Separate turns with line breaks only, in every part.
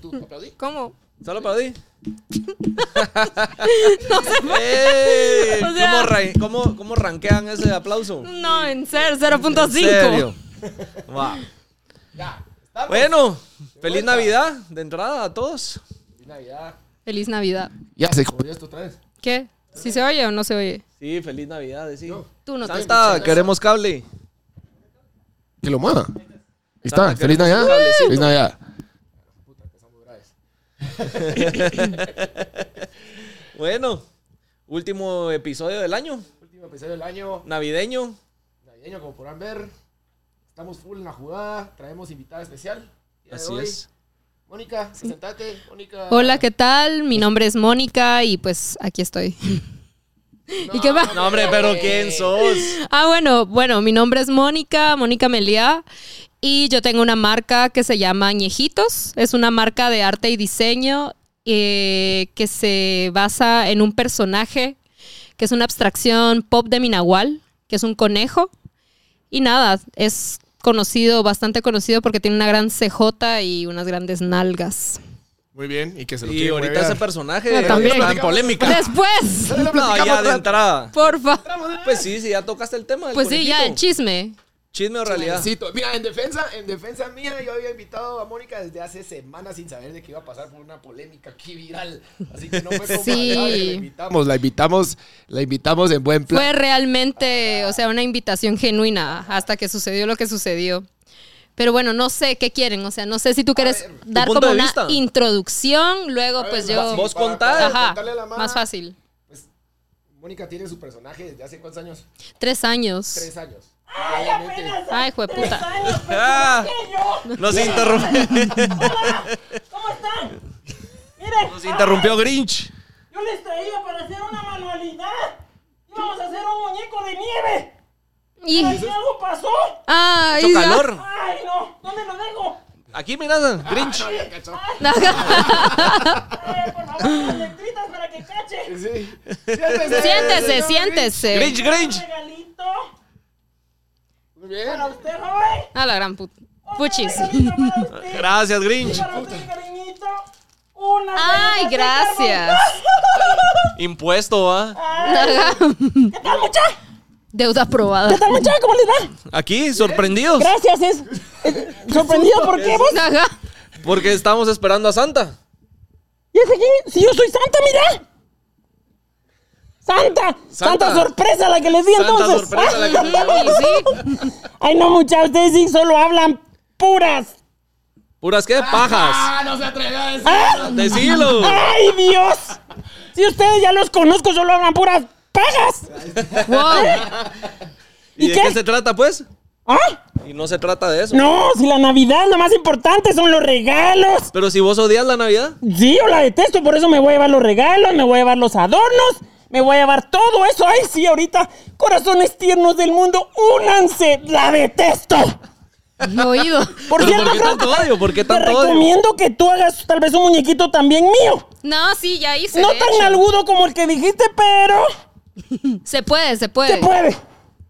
¿Tú aplaudí?
¿Cómo?
¿Solo aplaudí?
No se
¡Ey!
O sea-
¿Cómo, ra- cómo, cómo rankean ese aplauso?
No, en ser, 0.5.
¿En serio? Wow. Bueno, feliz Navidad de entrada a todos.
Feliz Navidad.
Ya se jodió esto otra vez.
¿Qué? ¿Si se oye o no se oye?
Sí, feliz Navidad, sí.
Tú no te
Santa, queremos cable.
Que lo mueva. Ahí está.
queremos
Feliz Navidad.
un cablecito.
Feliz Navidad.
Bueno, último episodio del año,
Último episodio del año.
navideño.
Navideño, como podrán ver. Estamos full en la jugada. Traemos invitada especial.
Así es.
Mónica, sentate. Mónica.
Hola, ¿qué tal? Mi nombre es Mónica y pues aquí estoy. ¿Y qué va?
No, hombre, pero ¿quién sos?
Ah, bueno, bueno, mi nombre es Mónica, Mónica Meliá, y yo tengo una marca que se llama Añejitos. Es una marca de arte y diseño eh, que se basa en un personaje que es una abstracción pop de Minahual, que es un conejo. Y nada, es conocido, bastante conocido porque tiene una gran CJ y unas grandes nalgas.
Muy bien. Y que se lo
Y ahorita ese personaje
Bueno, también.
está en polémica.
Después,
No, ya de entrada.
porfa.
Pues sí, sí, ya tocaste el tema. del
Pues sí, ya el
conejito.
chisme.
Chisme o realidad.
Pobrecito. Mira, en defensa, en defensa mía, yo había invitado a Mónica desde hace semanas sin saber de que iba a pasar por una polémica aquí viral. Así que no fue como
Sí.
agradable, la invitamos, la invitamos, la invitamos en buen plan.
Fue realmente, o sea, una invitación genuina hasta que sucedió lo que sucedió. Pero bueno, no sé qué quieren, o sea, no sé si tú quieres dar
punto
como
de
una
vista.
introducción, luego
ver,
pues
va-
yo...
Vos
Para-
contás.
para
Ajá,
contarle a la mamá.
más fácil.
Pues, Mónica tiene su personaje desde hace cuántos años?
Tres años.
Tres años. Obviamente,
Ay, jueputa.
Ah, nos interrumpió.
¿Cómo están? Miren, ah,
Nos interrumpió Grinch.
yo les traía para hacer una manualidad. Íbamos a hacer un muñeco de nieve.
Y...
¿Y algo pasó?
Ay, ya.
Mucho calor.
Ay, no. ¿Dónde lo dejo?
Aquí, mira, Grinch.
Eh, por favor, las letritas para que cache.
sí. Siéntese.
Siéntese,
señor
siéntese.
Grinch, Grinch.
Un regalito
Muy bien.
para usted, joven.
A la gran puta.
Otro
Puchis.
regalito para usted.
Gracias, Grinch.
Para usted, cariñito. Una
Ay,
velita de
gracias.
Impuesto, ¿ah?
carbón. ¿Qué tal, muchacha?
Deuda aprobada.
¿Qué tal, muchacha? ¿Cómo les va?
Aquí, sorprendidos.
Gracias, es... es- ¿Sorprendido por qué vos?
Ajá.
Porque estamos esperando a Santa.
¿Y ese quién? Si yo soy Santa, mira. Santa,
Santa.
Santa, sorpresa la que les di
Santa
entonces.
sorpresa la que nos llevó.
Y sí,
Ay, no, muchachos, ustedes sí solo hablan puras.
Puras, ¿qué? Pajas.
Ah, no se atrevió a decir.
¿Ah?
Decilo.
¡Ay, Dios! Si ustedes ya los conozco, solo hablan puras pajas.
wow.
¿Y
¿Y
de
qué?
qué se trata, pues?
¿Ah?
Y no se trata de eso.
No, si la Navidad, lo más importante son los regalos.
Pero si vos odias la Navidad,
Sí, yo la detesto, por eso me voy a llevar los regalos, me voy a llevar los adornos, me voy a llevar todo eso. Ay, sí, ahorita, corazones tiernos del mundo, únanse, la detesto.
Oído.
Por
¿pero
cierto,
¿por qué
Franco,
tanto odio? ¿Por qué
te
tanto odio?
recomiendo que tú hagas tal vez un muñequito también mío.
No, sí, ya hice.
no
de
tan
hecho.
algudo como el que dijiste, pero
Se puede, se
se
puede.
puede.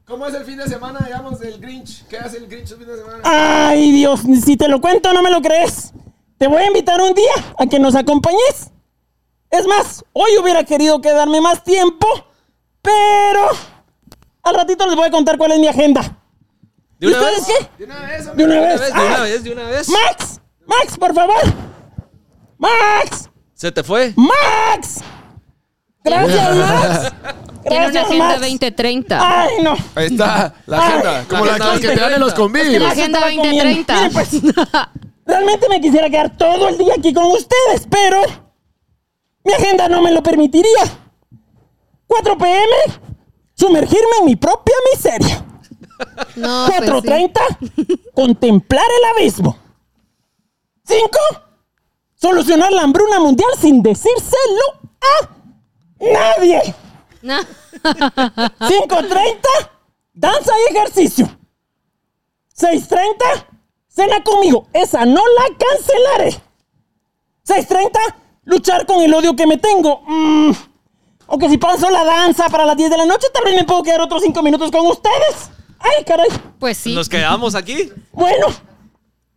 ¿Cómo es el fin de semana, digamos, del Grinch? ¿Qué hace el Grinch el fin de semana?
Ay, Dios, si te lo cuento no me lo crees. Te voy a invitar un día a que nos acompañes. Es más, hoy hubiera querido quedarme más tiempo, pero al ratito les voy a contar cuál es mi agenda.
¿De
¿Y
una
ustedes
vez?
De
qué?
una vez,
De
hombre.
una vez.
¿De
¡Ah!
una vez? ¿De una vez?
Max, Max, por favor. Max,
¿Se te fue?
Max. Gracias, Max.
Tiene una
Gracias,
agenda
Max.
2030.
Ay, no.
Ahí está, la agenda. Como
la
la,
agenda
las que te dan en los
La
convivios.
que
agenda
estaba comiendo.
2030.
Mire, pues, Realmente me quisiera quedar todo el día aquí con ustedes, pero mi agenda no me lo permitiría. 4 pm, sumergirme en mi propia miseria.
no, pues sí.
4.30, contemplar el abismo. Cinco, solucionar la hambruna mundial sin decírselo a nadie.
No.
5.30, danza y ejercicio. 6.30, cena conmigo. Esa no la cancelaré. 6.30, luchar con el odio que me tengo. Mm, Aunque si paso la danza para las 10 de la noche, tal vez me puedo quedar otros 5 minutos con ustedes. Ay, caray.
Pues sí.
Nos quedamos aquí.
Bueno.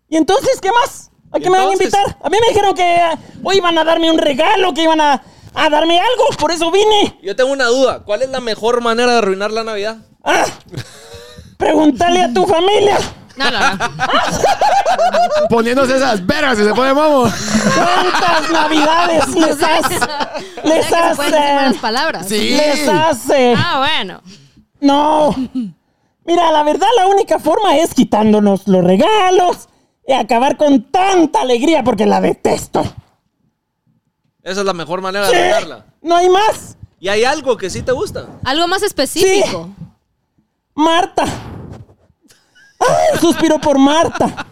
¿Y entonces qué más? ¿A qué me van a
Entonces-
invitar? A mí me dijeron que eh, hoy iban a darme un regalo, que iban a, a darme algo. Por eso vine.
Yo tengo una duda. ¿Cuál es la mejor manera de arruinar la Navidad?
Ah, pregúntale a tu familia.
No, no, no.
Poniéndose esas veras que se pone momo.
¿Cuántas navidades les has?
O
Les
sea, que se pueden decir malas
hace.
palabras.
Sí.
Les hace.
Ah, bueno.
No. Mira, la verdad, la única forma es quitándonos los regalos y acabar con tanta alegría porque la detesto.
Esa es la mejor manera
Sí,
de arruinarla.
No hay más.
¿Y hay algo que sí te gusta?
Algo más específico.
Marta. Ay, suspiro por Marta.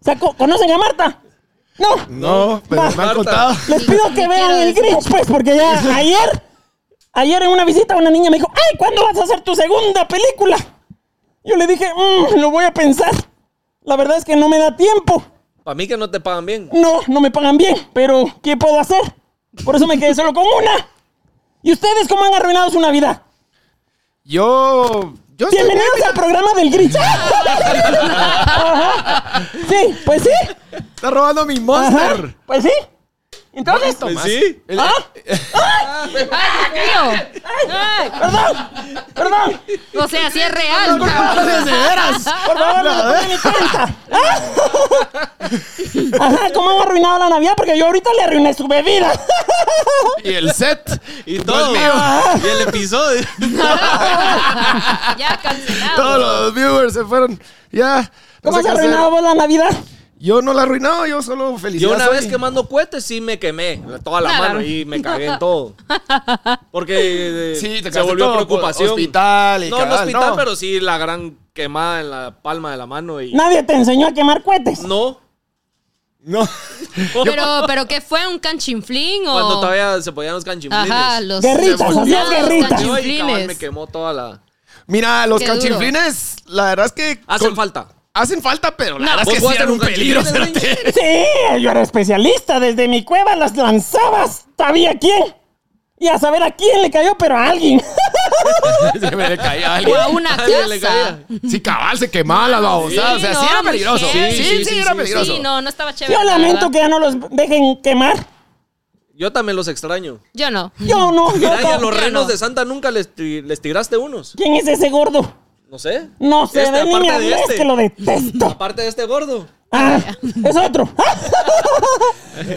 O sea, ¿co- ¿Conocen a Marta? No.
No, pero me
Marta.
han contado.
Les pido que
Quiero
vean el
decir-
Grinch, pues, porque ya ayer, ayer en una visita una niña me dijo, ay, ¿cuándo vas a hacer tu segunda película? Yo le dije, "Mm, lo voy a pensar. La verdad es que no me da tiempo.
Para mí que no te pagan bien.
No, no me pagan bien, pero ¿qué puedo hacer? Por eso me quedé solo con una. ¿Y ustedes cómo han arruinado su Navidad?
Yo. Yo estoy bien.
Bienvenidos al programa del Grinch.
Ah.
Ajá. Sí, pues sí.
Está robando mi
Ajá,
monster.
Pues sí. Entonces,
Pues sí.
El-
¿Ah?
¡Ay, Dios mío! Ay,
Perdón, perdón.
O sea, sí es real.
Entonces, de veras.
Por favor, no se pongan en cuenta. Ah. Ajá, ¿cómo han arruinado la Navidad? Porque yo ahorita le arruiné su bebida.
Y el set.
Y todo. Y el episodio.
Ya cancelado.
Todos los viewers se fueron. Ya. no
¿Cómo
sé
has
qué hacer.
arruinado vos la Navidad?
Yo no la he arruinado, yo solo felicidad.
Yo una
soy.
vez quemando cohetes sí me quemé toda la
Claro.
mano y me cagué en todo. Porque eh,
Sí, te
se
cagaste
volvió
todo,
preocupación.
hospital y
no, no
cabal,
hospital,
no.
pero sí la gran quemada en la palma de la mano y
Nadie te enseñó a quemar cohetes.
no.
No.
Pero, pero ¿qué fue? ¿Un canchinflín o...?
Cuando todavía se podían los canchimplines.
Ajá, los...
Guerritas,
los-
hacías
los
guerritas.
Yo ahí, cabal,
canchinflines.
me quemó toda la.
Mira, los
Qué duro.
canchinflines, la verdad es que.
Hacen
con-
falta.
Hacen falta, pero la verdad
¿Vos
es que sí
jugaste
eran un
con
peligro,
canchinflines,
cerote.
Sí, yo era especialista. Desde mi cueva las lanzabas. Sabía quién. Y a saber a quién le cayó, pero a alguien.
Se me le caía
O
alguien.
a una
Nadie le
casa.
caía.
Sí, cabal, se quemaban las babosadas. o sea,
Sí,
sí
no,
era
muy
peligroso. Sí,
heavy.
sí,
Sí,
sí, era peligroso.
Sí, no, no estaba chévere.
Yo
la
lamento
verdad.
que ya no los dejen quemar.
Yo también los extraño.
Yo no.
Yo no. Yo
Mira, y a
no.
los renos
no.
de Santa nunca les, ti- les tiraste unos.
¿Quién es ese gordo?
No sé.
No sé,
Este,
de ni me
aparte de
hables,
este.
que lo detesto.
Aparte de este gordo.
Ah, es otro.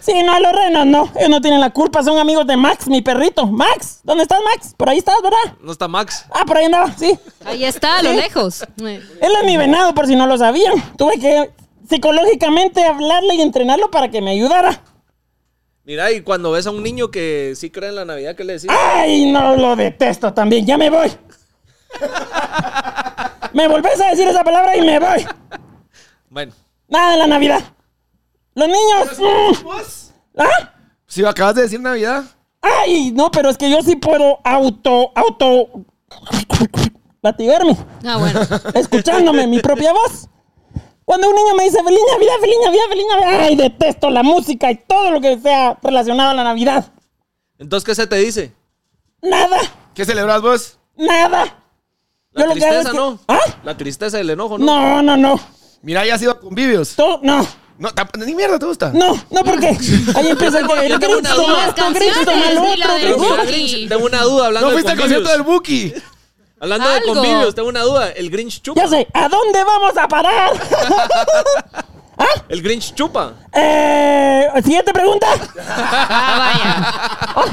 Sí, no, los renos no. Ellos no tienen la culpa, son amigos de Max, mi perrito. Max, ¿dónde estás, Max? Por ahí estás, ¿verdad?
No está Max.
Ah, por ahí andaba, sí.
Ahí está, a lo lejos. Eh,
Él es mi venado, por si no lo sabían. Tuve que psicológicamente hablarle y entrenarlo para que me ayudara.
Mira, y cuando ves a un niño que sí cree en la Navidad, ¿qué le decís?
Ay, no, lo detesto también. Ya me voy. Me volvés a decir esa palabra y me voy.
Bueno,
Nada de la Navidad. Los niños. mm, ¿Ah?
Si acabas de decir Navidad.
Ay, no, pero es que yo sí puedo auto, auto, latigarme,
Ah, bueno.
escuchándome mi propia voz. Cuando un niño me dice feliz Navidad, feliz Navidad, feliz Navidad, ay, detesto la música y todo lo que sea relacionado a la Navidad.
entonces, ¿qué se te dice?
Nada,
¿Qué celebras vos?
nada.
La
Yo lo que hago
tristeza,
es que-
¿no?
¿Ah?
La tristeza y el enojo, ¿no?
No, no, no.
Mira, ya has ido a convivios.
Tú, no,
No, tamp- ni mierda te gusta.
no, no, porque ahí empieza el que
Yo
el
tengo
Grinch
una
toma
duda.
esto, Grinch toma
Canciones, ni
el
la
otro,
de
Pero
Grinch-
mira,
Sí.
Grinch, tengo una duda hablando
No
de
fuiste al
convivios.
concierto del Buki.
Hablando de
Algo.
convivios, tengo una duda. ¿El Grinch chupa?
Ya sé, ¿a dónde vamos a parar?
¿El Grinch chupa?
Eh, siguiente pregunta. Oh,
Ah,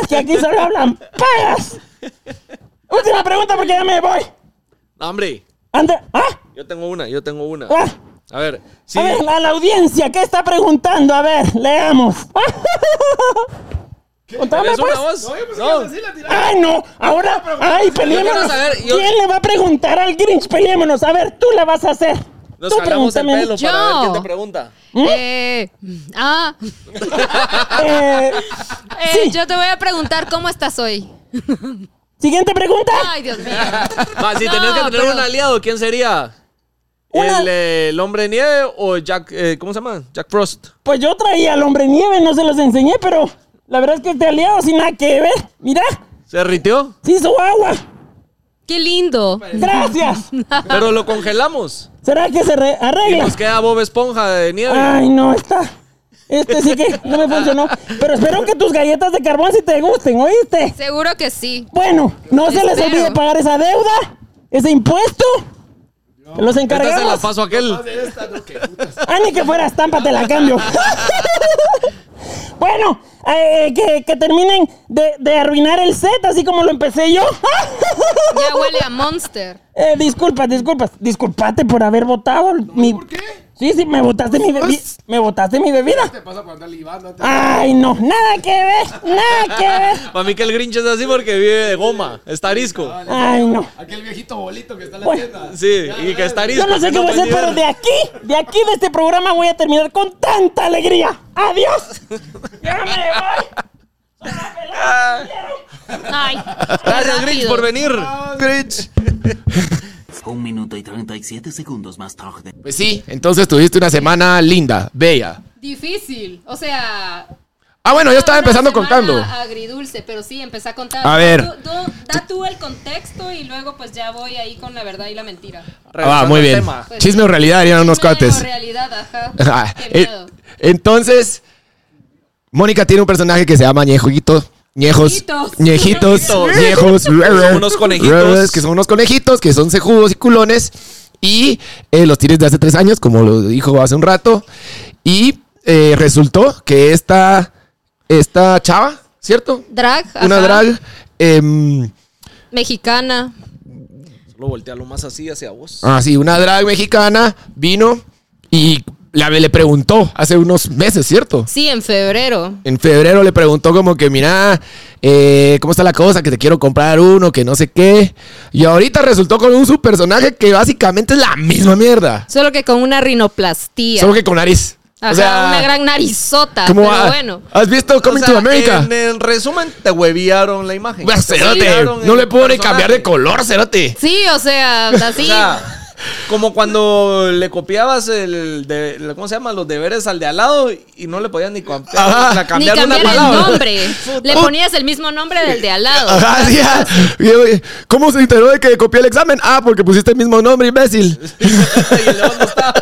Es que aquí solo hablan payas. Última pregunta porque ya me voy.
No, hombre,
Ande- ah,
yo tengo una, yo tengo una.
ah.
A ver, sí.
A ver, a la audiencia, ¿qué está preguntando? A ver, leamos. Contame,
¿Tenés una
pues.
voz?
Ay, no, ahora, ay,
quiero
peleémonos.
saber, yo-
¿Quién le va a preguntar al Grinch? Peleémonos, a ver, tú la vas a hacer.
Nos
Tú
jalamos el
pregúntame.
pelo para ver
Yo.
quién te pregunta.
¿Mm?
Eh, ah,
Eh,
eh,
Sí.
yo te voy a preguntar cómo estás hoy.
Siguiente pregunta.
Ah.
Ay, Dios mío.
Ma, si
No,
tenés que tener
pero-
un aliado, ¿quién sería?
Una-
¿El, eh, el hombre de nieve o Jack, eh, ¿cómo se llama? Jack Frost.
Pues yo traía al hombre nieve, no se los enseñé, pero la verdad es que este aliado sin nada que ver. Mira,
¿Se ritió?
se hizo agua.
Qué lindo.
Gracias.
Pero lo congelamos.
¿Será que se re-
Y
arregla?
nos queda Bob Esponja de nieve.
Ay, no, está. Este sí que no me funcionó. Pero espero que tus galletas de carbón sí te gusten, ¿oíste?
Seguro que sí.
Bueno, no se les
Espero.
olvide pagar esa deuda, ese impuesto. Te Los
Esta se la
encargamos.
paso a aquel.
Ah, ni que fueras tampa, te la cambio. bueno, eh, que, que terminen de, de arruinar el set, así como lo empecé yo.
Ya huele a Monster.
Eh, disculpas, disculpas. Disculpate por haber votado mi...
¿Por qué?
Sí, sí, me botaste mi bebida. Me botaste mi bebida.
Te pasa por andar libando antes.
Ay, no, nada que ver, nada que ver.
Para mí que el Grinch es así porque vive de goma. Está arisco.
Ay, no.
Aquel viejito bolito que está en la
Bueno.
tienda.
Sí, y que está arisco.
Yo no sé qué voy a hacer, pero de aquí, de aquí de este programa voy a terminar con tanta alegría. ¡Adiós! ¡Ya me voy!
Ay.
Gracias, Grinch, por venir. Grinch.
Un minuto y 37 segundos más tarde.
Pues sí, entonces tuviste una semana linda, bella.
Difícil. O sea.
Ah, bueno, yo estaba
una
empezando
semana
contando.
Agridulce, pero sí, empecé a contar.
A ver.
Tú- tú- da tú el contexto y luego pues ya voy ahí con la verdad y la mentira.
Ah, muy bien.
Pues
Chisme o realidad, dirían unos
Una
cuates.
realidad, ajá.
Ah,
Qué
eh,
miedo.
Entonces, Mónica tiene un personaje que se llama Ñejuguito. Ñejos,
Ñejitos.
ñejitos, ñejos,
son unos conejitos.
que son unos conejitos, que son cejudos y culones, y eh, los tienes de hace tres años, como lo dijo hace un rato, y eh, resultó que esta, esta chava, ¿cierto?
Drag.
Una
ajá.
drag, em,
Mexicana.
Solo voltealo más así hacia vos.
Ah, sí, una drag mexicana vino y la, le preguntó hace unos meses, ¿cierto?
Sí, en febrero.
En febrero le preguntó como que, mira, eh, ¿cómo está la cosa? Que te quiero comprar uno, que no sé qué. Y ahorita resultó con un subpersonaje que básicamente es la misma mierda.
Solo que con una rinoplastía.
Solo que con nariz.
Ajá, una gran narizota.
¿cómo
pero
va?
bueno.
¿Has visto Coming
O sea,
to America?
En, en resumen, te hueviaron la imagen.
Bueno,
Te
cerote,
hueviaron
No
el
le puedo
personaje.
ni
Pues.
cambiar de color, cerote.
Sí, o sea, así.
O sea, como cuando le copiabas el, de, la- ¿cómo se llama? Los deberes al de al lado y no le podías ni cambiar,
Ajá.
o sea,
ni
cambiar una
cambiar el
palabra.
nombre. Le ponías el mismo nombre del de al lado.
Ajá, sí, ah. Y, oye, ¿Cómo se enteró de que copié el examen? Ah, porque pusiste el mismo nombre, imbécil.
Y luego no estaba.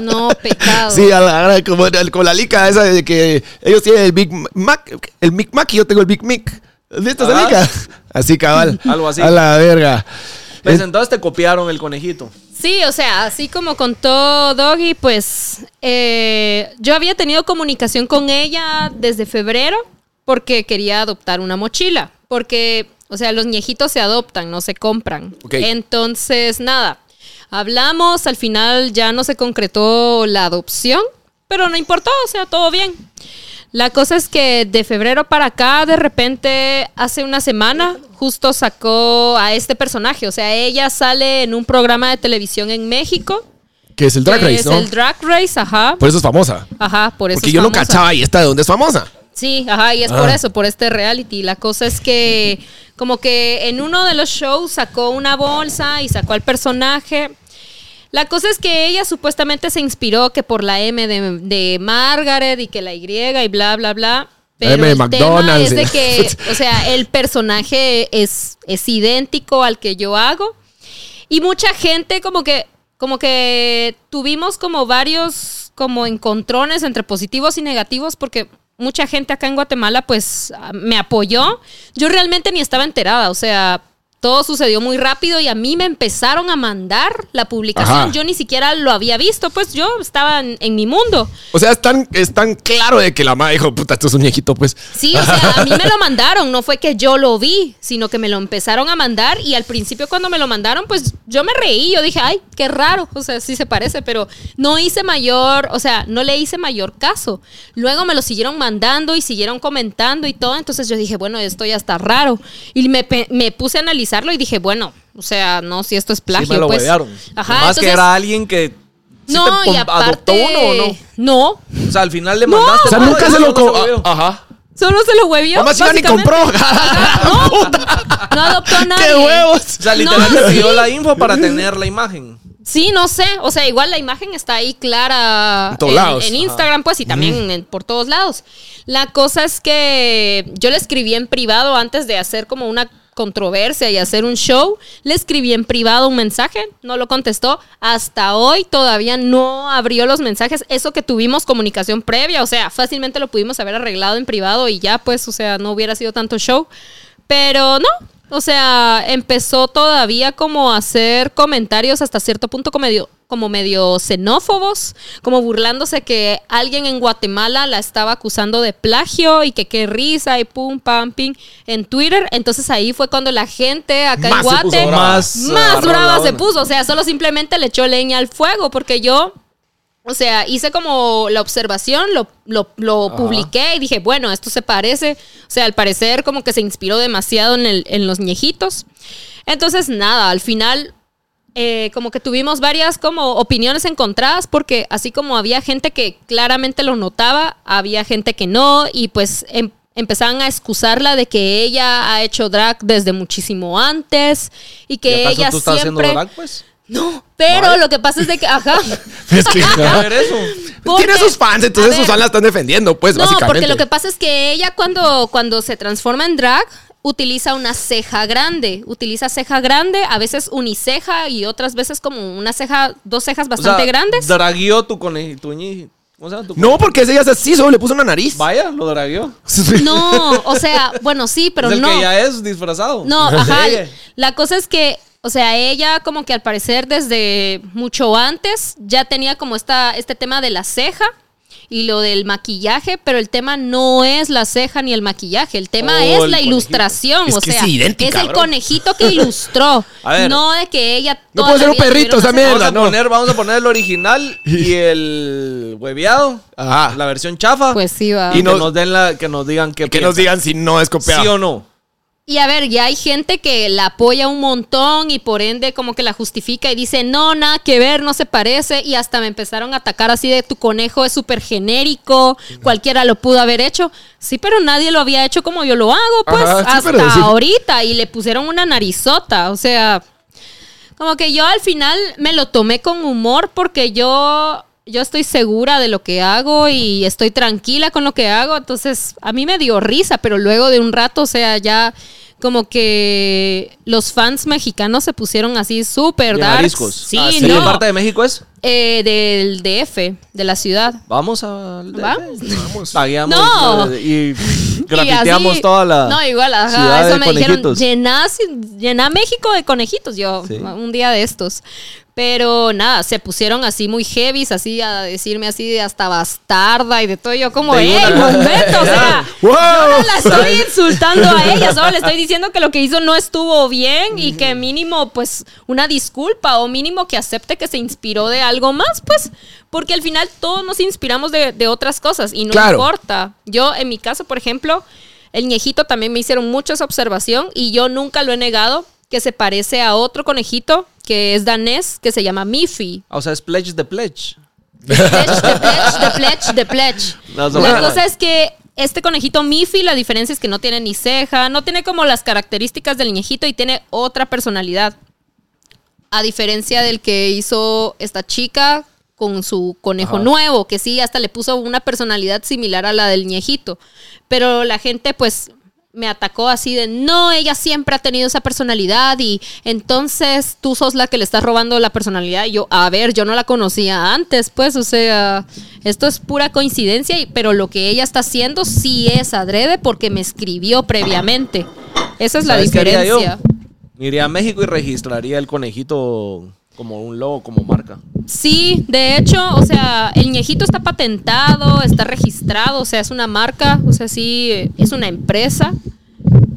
No, pecado.
Sí, a la, hora, como el- con la lica esa de que ellos tienen el Big Mac, el Big Mac y yo tengo el Big Mic. ¿Listo esa
Ajá.
lica? Así cabal.
Algo así.
A la verga.
Pues entonces te copiaron el conejito.
Sí, o sea, así como contó Doggy, pues eh, yo había tenido comunicación con ella desde febrero porque quería adoptar una mochila. Porque, o sea, los ñejitos se adoptan, no se compran.
Ok.
Entonces, nada, hablamos, al final ya no se concretó la adopción, pero no importó, o sea, todo bien. La cosa es que de febrero para acá, de repente, hace una semana, justo sacó a este personaje. O sea, ella sale en un programa de televisión en México.
Que es el Drag
que
Race,
es
¿no?
el Drag Race, ajá.
Por eso es famosa.
Ajá, por eso.
Porque
es
yo no
famosa.
cachaba y esta de dónde es famosa.
Sí, ajá, y es
Ah.
por eso, por este reality. La cosa es que como que en uno de los shows sacó una bolsa y sacó al personaje. La cosa es que ella supuestamente se inspiró que por la M de, de Margaret y que la Y y bla, bla, bla. Pero
M de
el tema
McDonald's.
es de que, o sea, el personaje es, es idéntico al que yo hago. Y mucha gente como que, como que tuvimos como varios como encontrones entre positivos y negativos porque mucha gente acá en Guatemala pues ah, me apoyó. Yo realmente ni estaba enterada, o sea, todo sucedió muy rápido y a mí me empezaron a mandar la publicación.
Ajá.
Yo ni siquiera lo había visto, pues yo estaba en, en mi mundo.
O sea, es tan, es tan claro de que la mamá dijo, puta, esto es un viejito, pues.
Sí, o sea, a mí me lo mandaron, no fue que yo lo vi, sino que me lo empezaron a mandar y al principio cuando me lo mandaron, pues yo me reí, yo dije, ay, qué raro, o sea, sí se parece, pero no hice mayor, o sea, no le hice mayor caso. Luego me lo siguieron mandando y siguieron comentando y todo, entonces yo dije, bueno, esto ya está raro. Y me, pe- me puse a analizarlo y dije, bueno, o sea, no, si esto es plagio,
Sí, me lo
pues.
huevearon.
Ajá,
Más que
entonces-
era alguien que ¿Sí
no,
te
y
pon- adoptó
aparte.
uno o no?
no?
O sea, al final le mandaste.
O sea,
todo
nunca
y
se
no
lo... co-
vio.
Ajá.
Solo se lo huevió.
Nomás iba ni
básicamente.
compró.
No, no adoptó a nadie.
¡Qué huevos!
O sea, literal
No,
le pidió
sí.
la info para tener la imagen.
Sí, no sé. O sea, igual la imagen está ahí clara
En todos lados.
en Instagram, pues, y también en- por todos lados. La cosa es que yo le escribí en privado antes de hacer como una controversia y hacer un show. Le escribí en privado un mensaje, no lo contestó. Hasta hoy todavía no abrió los mensajes. Eso que tuvimos comunicación previa, o sea, fácilmente lo pudimos haber arreglado en privado y ya, pues, o sea, no hubiera sido tanto show. Pero no, o sea, empezó todavía como a hacer comentarios hasta cierto punto como medio, como medio xenófobos, como burlándose que alguien en Guatemala la estaba acusando de plagio y que qué risa y pum, pam, ping en Twitter. Entonces ahí fue cuando la gente acá
Más
en
se puso
Guate
brava.
Más,
más
ah,
brava
roladona.
se puso. O sea, solo simplemente le echó leña al fuego porque yo o sea, hice como la observación, lo, lo- lo publiqué y dije, bueno, esto se parece. O sea, al parecer como que se inspiró demasiado en, el- en los ñejitos. Entonces, nada, al final eh, como que tuvimos varias como opiniones encontradas porque así como había gente que claramente lo notaba, había gente que no y pues em- empezaban a excusarla de que ella ha hecho drag desde muchísimo antes y
¿Y
que
acaso
ella
tú estás
siempre...
haciendo drag, pues?
No, pero lo que pasa es de que, ajá.
Es que-
A ver eso.
Porque-
Tiene sus fans, entonces
a
sus
ver,
fans la están defendiendo, pues,
No,
básicamente.
porque lo que pasa es que ella cuando, cuando se transforma en drag utiliza una ceja grande, utiliza ceja grande, a veces uniceja y otras veces como una ceja, dos cejas
O sea,
bastante grandes.
Dragueó tu conejo, tu ñi- ¿Cómo se llama? Tu
No, porque ella es así, solo le puso una nariz.
Vaya, lo dragueó.
No, o sea, bueno, sí, pero
es el
no.
que ya es disfrazado.
No, ajá.
Sí.
La cosa es que, o sea, ella como que al parecer desde mucho antes ya tenía como esta, este tema de la ceja y lo del maquillaje, pero el tema no es la ceja ni el maquillaje, el tema
Oh,
es
el
la
conejito.
ilustración,
Es
o
que es
sea,
idéntica,
es el
bro.
conejito que ilustró,
A ver.
no de que ella
No
toda la
puede ser un
vida
perrito,
tuviera
esa
una ceja.
Vamos
mierda,
a,
no.
poner, vamos a poner el original y el hueveado.
Ajá.
La versión chafa.
Pues sí, va.
Y
Y
que
nos-
nos den la, que nos digan qué
Que nos
piensan.
digan si no es copiado.
sí o no.
Y a ver, ya hay gente que la apoya un montón y por ende como que la justifica y dice, no, nada que ver, no se parece. Y hasta me empezaron a atacar así de tu conejo es súper genérico, cualquiera lo pudo haber hecho. Sí, pero nadie lo había hecho como yo lo hago, pues,
Ajá, sí,
hasta
pero sí.
ahorita. Y le pusieron una narizota, o sea, como que yo al final me lo tomé con humor porque yo, yo estoy segura de lo que hago y estoy tranquila con lo que hago. Entonces, a mí me dio risa, pero luego de un rato, o sea, ya como que los fans mexicanos se pusieron así súper
Bien
darks.
ariscos.
Sí,
Ah, ¿De
no.
parte de México es?
Eh, del DF, de la ciudad.
Vamos al...
Vamos.
Vamos. Tagueamos
No.
eh, y grafiteamos
Y así-
toda la
No, igual, ajá,
ciudad
eso
de
me
conejitos.
dijeron, llená, ci- llená México de conejitos, yo,
Sí.
un día de estos. Pero nada, se pusieron así muy heavy, así a decirme así de hasta bastarda y de todo. Yo como,
Te digo
ey,
una cosa".
momento, o sea,
¡Wow!
yo no la estoy insultando a ella, solo le estoy diciendo que lo que hizo no estuvo bien y que mínimo, pues, una disculpa o mínimo que acepte que se inspiró de algo más, pues, porque al final todos nos inspiramos de, de otras cosas y no
Claro.
importa. Yo, en mi caso, por ejemplo, el ñejito también me hicieron mucha esa observación y yo nunca lo he negado que se parece a otro conejito que es danés, que se llama Miffy.
O sea, es pledge de pledge.
Pledge, the pledge, the pledge, the pledge.
No, no,
La
no.
cosa es que este conejito Miffy, la diferencia es que no tiene ni ceja, no tiene como las características del ñejito y tiene otra personalidad. A diferencia del que hizo esta chica con su conejo nuevo, que sí, hasta le puso una personalidad similar a la del ñejito. Pero la gente, pues, me atacó así de, no, ella siempre ha tenido esa personalidad y entonces tú sos la que le estás robando la personalidad. Y yo, a ver, yo no la conocía antes, pues, o sea, esto es pura coincidencia, y- pero lo que ella está haciendo sí es adrede porque me escribió previamente. Esa es la
¿Sabes qué haría yo?
diferencia.
Me Iría a México y registraría el conejito como un logo, como marca.
Sí, de hecho, o sea, el ñejito está patentado, está registrado, o sea, es una marca, o sea, sí, eh, es una empresa.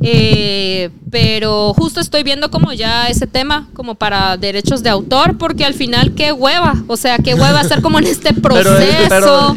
Eh, pero justo estoy viendo como ya ese tema, como para derechos de autor, porque al final qué hueva, o sea, qué hueva estar como en este
Pero-
proceso.
pero-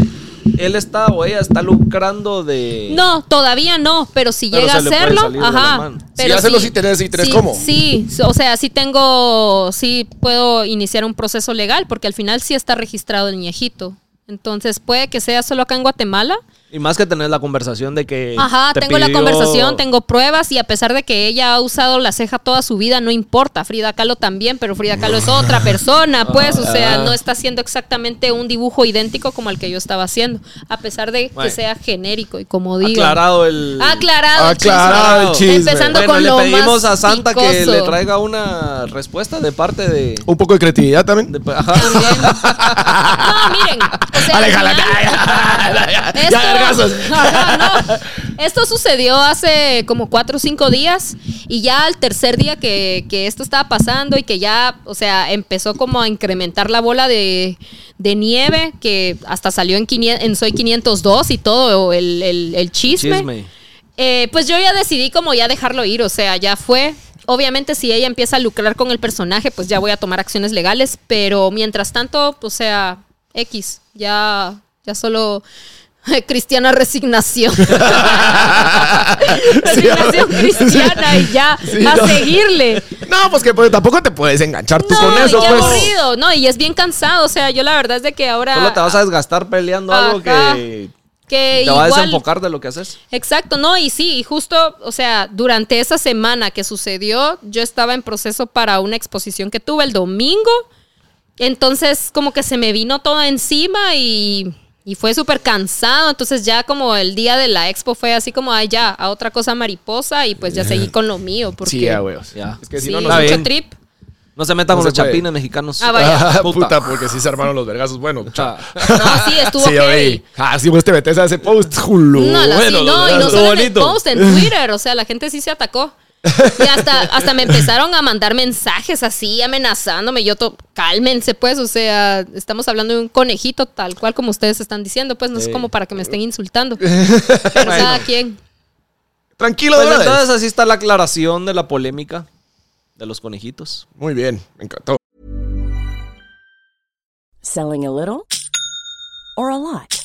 él está o ella está lucrando de.
No, todavía no, pero si
Pero
llega
se
a
le puede
hacerlo,
salir de la
ajá.
mano.
pero
Si hacerlo sí tenés- sí tenés
sí,
cómo.
Sí, o sea, sí tengo, sí puedo iniciar un proceso legal porque al final sí está registrado el ñejito. Entonces puede que sea solo acá en Guatemala.
Y más que tener la conversación de que.
Ajá,
te
tengo la
pidió-
conversación, tengo pruebas y a pesar de que ella ha usado la ceja toda su vida, no importa. Frida Kahlo también, pero Frida Kahlo es otra persona, pues, o
Ah.
sea, no está haciendo exactamente un dibujo idéntico como el que yo estaba haciendo, a pesar de que
Bueno.
sea genérico y como digo. Ah,
Aclarado el.
Aclarado. el
Aclarado Ah, el
chisme.
chisme.
Empezando
Bueno,
con
le
lo
pedimos
más
a Santa que
picoso.
le traiga una respuesta de parte de.
Un poco de creatividad también.
de- ajá.
También. No, miren. o sea, al
Aléjala.
final-
Ya, ya, ya,
Esto-
ya, vergazos.
Ajá, no. Esto sucedió hace como cuatro o cinco días y ya al tercer día que, que esto estaba pasando y que ya, o sea, empezó como a incrementar la bola de, de nieve que hasta salió en, 500 en Soy 502 y todo el, el- el chisme.
Chisme.
Eh, pues yo ya decidí como ya dejarlo ir, o sea, ya fue. Obviamente si ella empieza a lucrar con el personaje, pues ya voy a tomar acciones legales, pero mientras tanto, o sea, X, ya, ya solo eh, cristiana resignación. resignación cristiana y ya,
Sí,
a
no.
seguirle.
No, pues que pues, tampoco te puedes enganchar tú
No,
con eso,
y qué
pues.
aburrido, no, y es bien cansado, o sea, yo la verdad es de que ahora...
Solo te vas a desgastar peleando algo
Ajá.
que.
que
Te va a
igual-
desenfocar de lo que haces.
Exacto, no, y sí, y justo, o sea, durante esa semana que sucedió, yo estaba en proceso para una exposición que tuve el domingo, entonces como que se me vino todo encima y, y fue súper cansado, entonces ya como el día de la expo fue así como, ay, ya, a otra cosa mariposa y pues ya seguí con lo mío, porque
Eh. Sí, ya, güey.
Ya.
Es que
sí,
si no, no
Está
mucho
se-
bien.
trip.
No se metan
No
con
se
los
puede.
chapines mexicanos.
Ah, vaya.
Ah, puta.
Puta.
porque sí se armaron los vergazos. Bueno, chao.
No, sí, estuvo
Sí, yo
heavy.
vi. Ah, sí, vos te metes a ese post, Julio.
No, la- sí,
Bueno, los
no, y no
vergazos.
solo en el
bonito.
post, en Twitter, o sea, la gente sí se atacó. Y hasta, hasta me empezaron a mandar mensajes así, amenazándome. Yo, to- cálmense, pues, o sea, estamos hablando de un conejito tal cual como ustedes están diciendo, pues, no es como para que me estén insultando. Pero cada quien.
Tranquilo,
Pues
brother.
entonces así está la aclaración de la polémica de los conejitos.
Muy bien, me encantó.
Selling a little or a lot?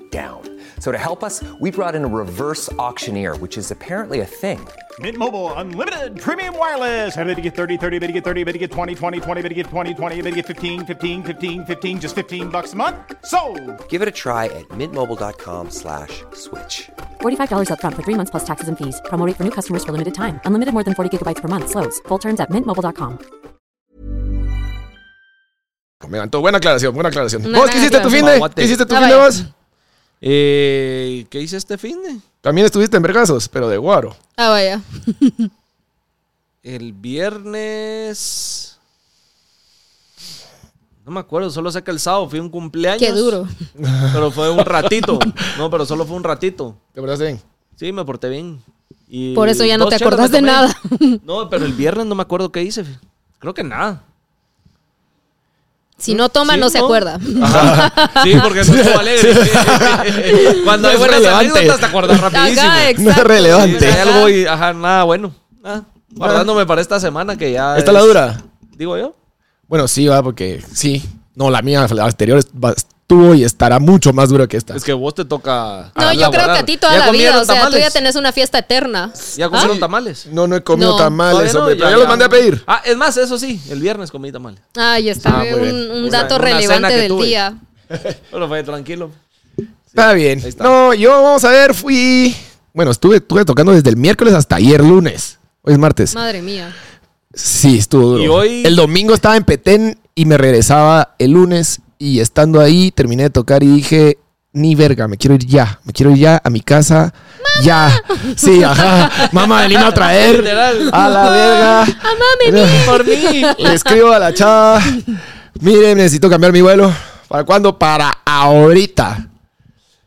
down. So to help us, we brought in a reverse auctioneer, which is apparently a thing.
Mint Mobile unlimited premium wireless. Ready to get 30, 30, bet you get 30, bet you get 20, 20, 20, bet you get 20, 20, bet you get 15, 15, 15, 15 just 15 bucks a month. Sold.
Give it a try at mintmobile.com slash switch.
$45 upfront for three months plus taxes and fees. Promo rate for new customers for limited time. Unlimited more than 40 gigabytes per month. Slows. Full terms at mintmobile.com.
Me encantó. Buena aclaración, buena aclaración.
Una
¿Vos qué
buena
hiciste tu fin
aclaración.
de?
Maguate.
¿Qué hiciste tu
Ah,
fin de
vaya.
vos?
Eh, ¿Qué hice este fin de?
También estuviste en vergazos, pero de guaro.
Ah, vaya.
El viernes. No me acuerdo, solo sé que el sábado fui a un cumpleaños.
Qué duro.
Pero fue un ratito. No, pero solo fue un ratito.
¿Te portaste bien?
Sí, me porté bien. Y
Por eso ya no
dos
te
chelas
acordás
me
de
tomé.
nada.
No, pero el viernes no me acuerdo qué hice. Creo que nada.
Si no toma,
Sí,
no se
¿no?
acuerda.
Sí, porque no estuvo alegre. Cuando
No
hay
es
buenas
relevante.
anécdotas te acuerdas rapidísimo.
Acá,
No es
exacto.
Sí,
relevante.
hay algo y, ajá, nada bueno. Ah, guardándome para esta semana que ya.
¿Esta la
es-
dura?
Digo yo.
Bueno, sí, va, porque sí. No, la mía, la anterior va- estuvo y estará mucho más dura que esta.
Es que vos te toca.
No, yo creo que a ti toda
Ah,
la
¿Ya
vida,
comieron
o sea, tú ya
tamales?
tenés ¿Ah? una fiesta eterna.
¿Ya comieron tamales?
No, no he comido
No.
Todavía
tamales,
no,
hombre, pero ya, los mandé a pedir.
Ah, es más, eso sí, el viernes comí tamales.
Ay, está
Ah, muy
un,
bien.
un
Una-
dato
una cena
relevante
que
del
tuve.
día.
Pero fue tranquilo.
está bien.
ahí está.
No, yo, vamos a ver, fui... Bueno, estuve, estuve tocando desde el miércoles hasta ayer lunes. Hoy es martes.
Madre mía.
Sí, estuvo duro.
Y hoy-
El domingo estaba en Petén y me regresaba el lunes y estando ahí terminé de tocar y dije, ni verga, me quiero ir ya, me quiero ir ya a mi casa, ya. Sí, ajá, mamá, vení a traer
Literal.
a la verga.
Mamá, Ah, me vi.
Por mí.
Le escribo a la chava, miren, necesito cambiar mi vuelo. ¿Para cuándo? Para ahorita.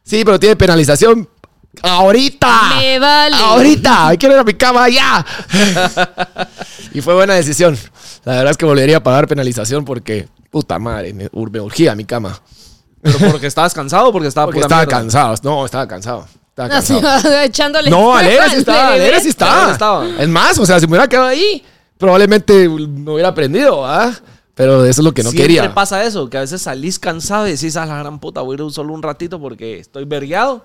Sí, pero tiene penalización. Ahorita.
Me vale.
ah, Ahorita. Quiero ir a mi cama ya. y fue buena decisión. La verdad es que volvería a pagar penalización porque, puta madre, me, me urgía mi cama.
Pero porque estabas cansado o porque estaba
Porque
pura
estaba
mierda?
cansado. No, estaba cansado. Estaba
Así,
cansado.
echándole.
No, Alera sí
al
estaba,
bebé.
Alera sí
Alera
estaba.
estaba.
Es más, o sea, si me hubiera quedado ahí, probablemente me hubiera aprendido, ¿ah? Pero eso es lo que no
Siempre
quería.
pasa eso, que a veces salís cansado y decís, a la gran puta, voy a ir un- solo un ratito porque estoy vergueado.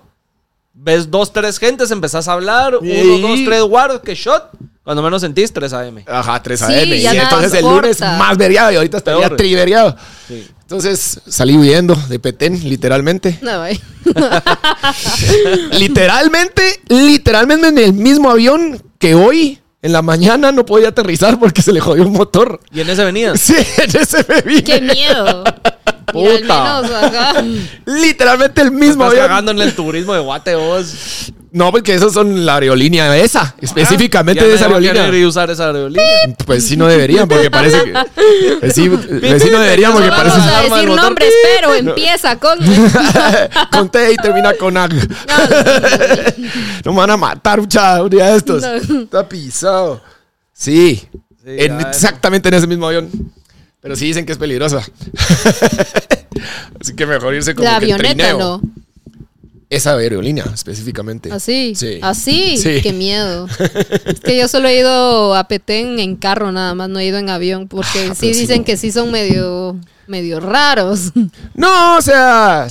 Ves dos, tres gentes, empezás a hablar,
Y-
uno, dos, tres guardos, que shot. Cuando menos sentís, 3 AM.
Ajá, 3
Sí,
AM. y
ya nada
entonces el
corta.
lunes más veriado y ahorita estaría
Peor.
triveriado. Entonces salí huyendo de Petén, literalmente.
No, güey.
literalmente, literalmente en el mismo avión que hoy en la mañana no podía aterrizar porque se le jodió un motor.
Y en ese venías.
Sí, en ese me vine.
Qué miedo. Mira, al
Puta.
menos acá.
Literalmente el mismo
Estás
avión.
cagando en el turismo de Guate, vos.
No, porque esos son la aerolínea
Ah.
esa, específicamente
Ya
de esa
nadie va a querer
aerolínea.
ir a usar esa aerolínea.
Pues sí no deberían, porque parece que. Pues sí, pues sí no deberían, porque
No
parece.
vamos a
arma del
decir
motor.
nombres, pero empieza con.
Con T y termina con AG. No me van a matar, mucha, un día de estos.
No.
Está pisado. Sí. en-
ya,
exactamente en ese mismo avión. Pero sí dicen que es peligrosa. Así que mejor irse como
La
que en
avioneta,
trineo.
¿no? ¿Ah,
Esa aerolínea, específicamente.
Así.
Sí.
Así.
Sí.
Qué miedo. Es que yo solo he ido a Petén en carro nada más, no he ido en avión, porque
Ah,
sí
pero sí,
dicen
no.
que sí son medio, medio raros.
No, o sea.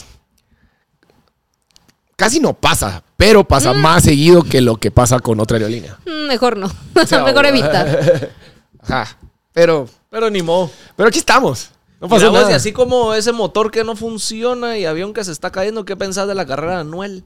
Casi no pasa, pero pasa más seguido que lo que pasa con otra aerolínea.
Mm, Mejor no.
sea,
Mejor
bueno.
evitar.
Ajá. Pero,
Pero ni modo.
pero aquí estamos. No
Mira,
pasó
vos,
nada.
y así como ese motor que no funciona y avión que se está cayendo, ¿qué pensás de la carrera de Anuel?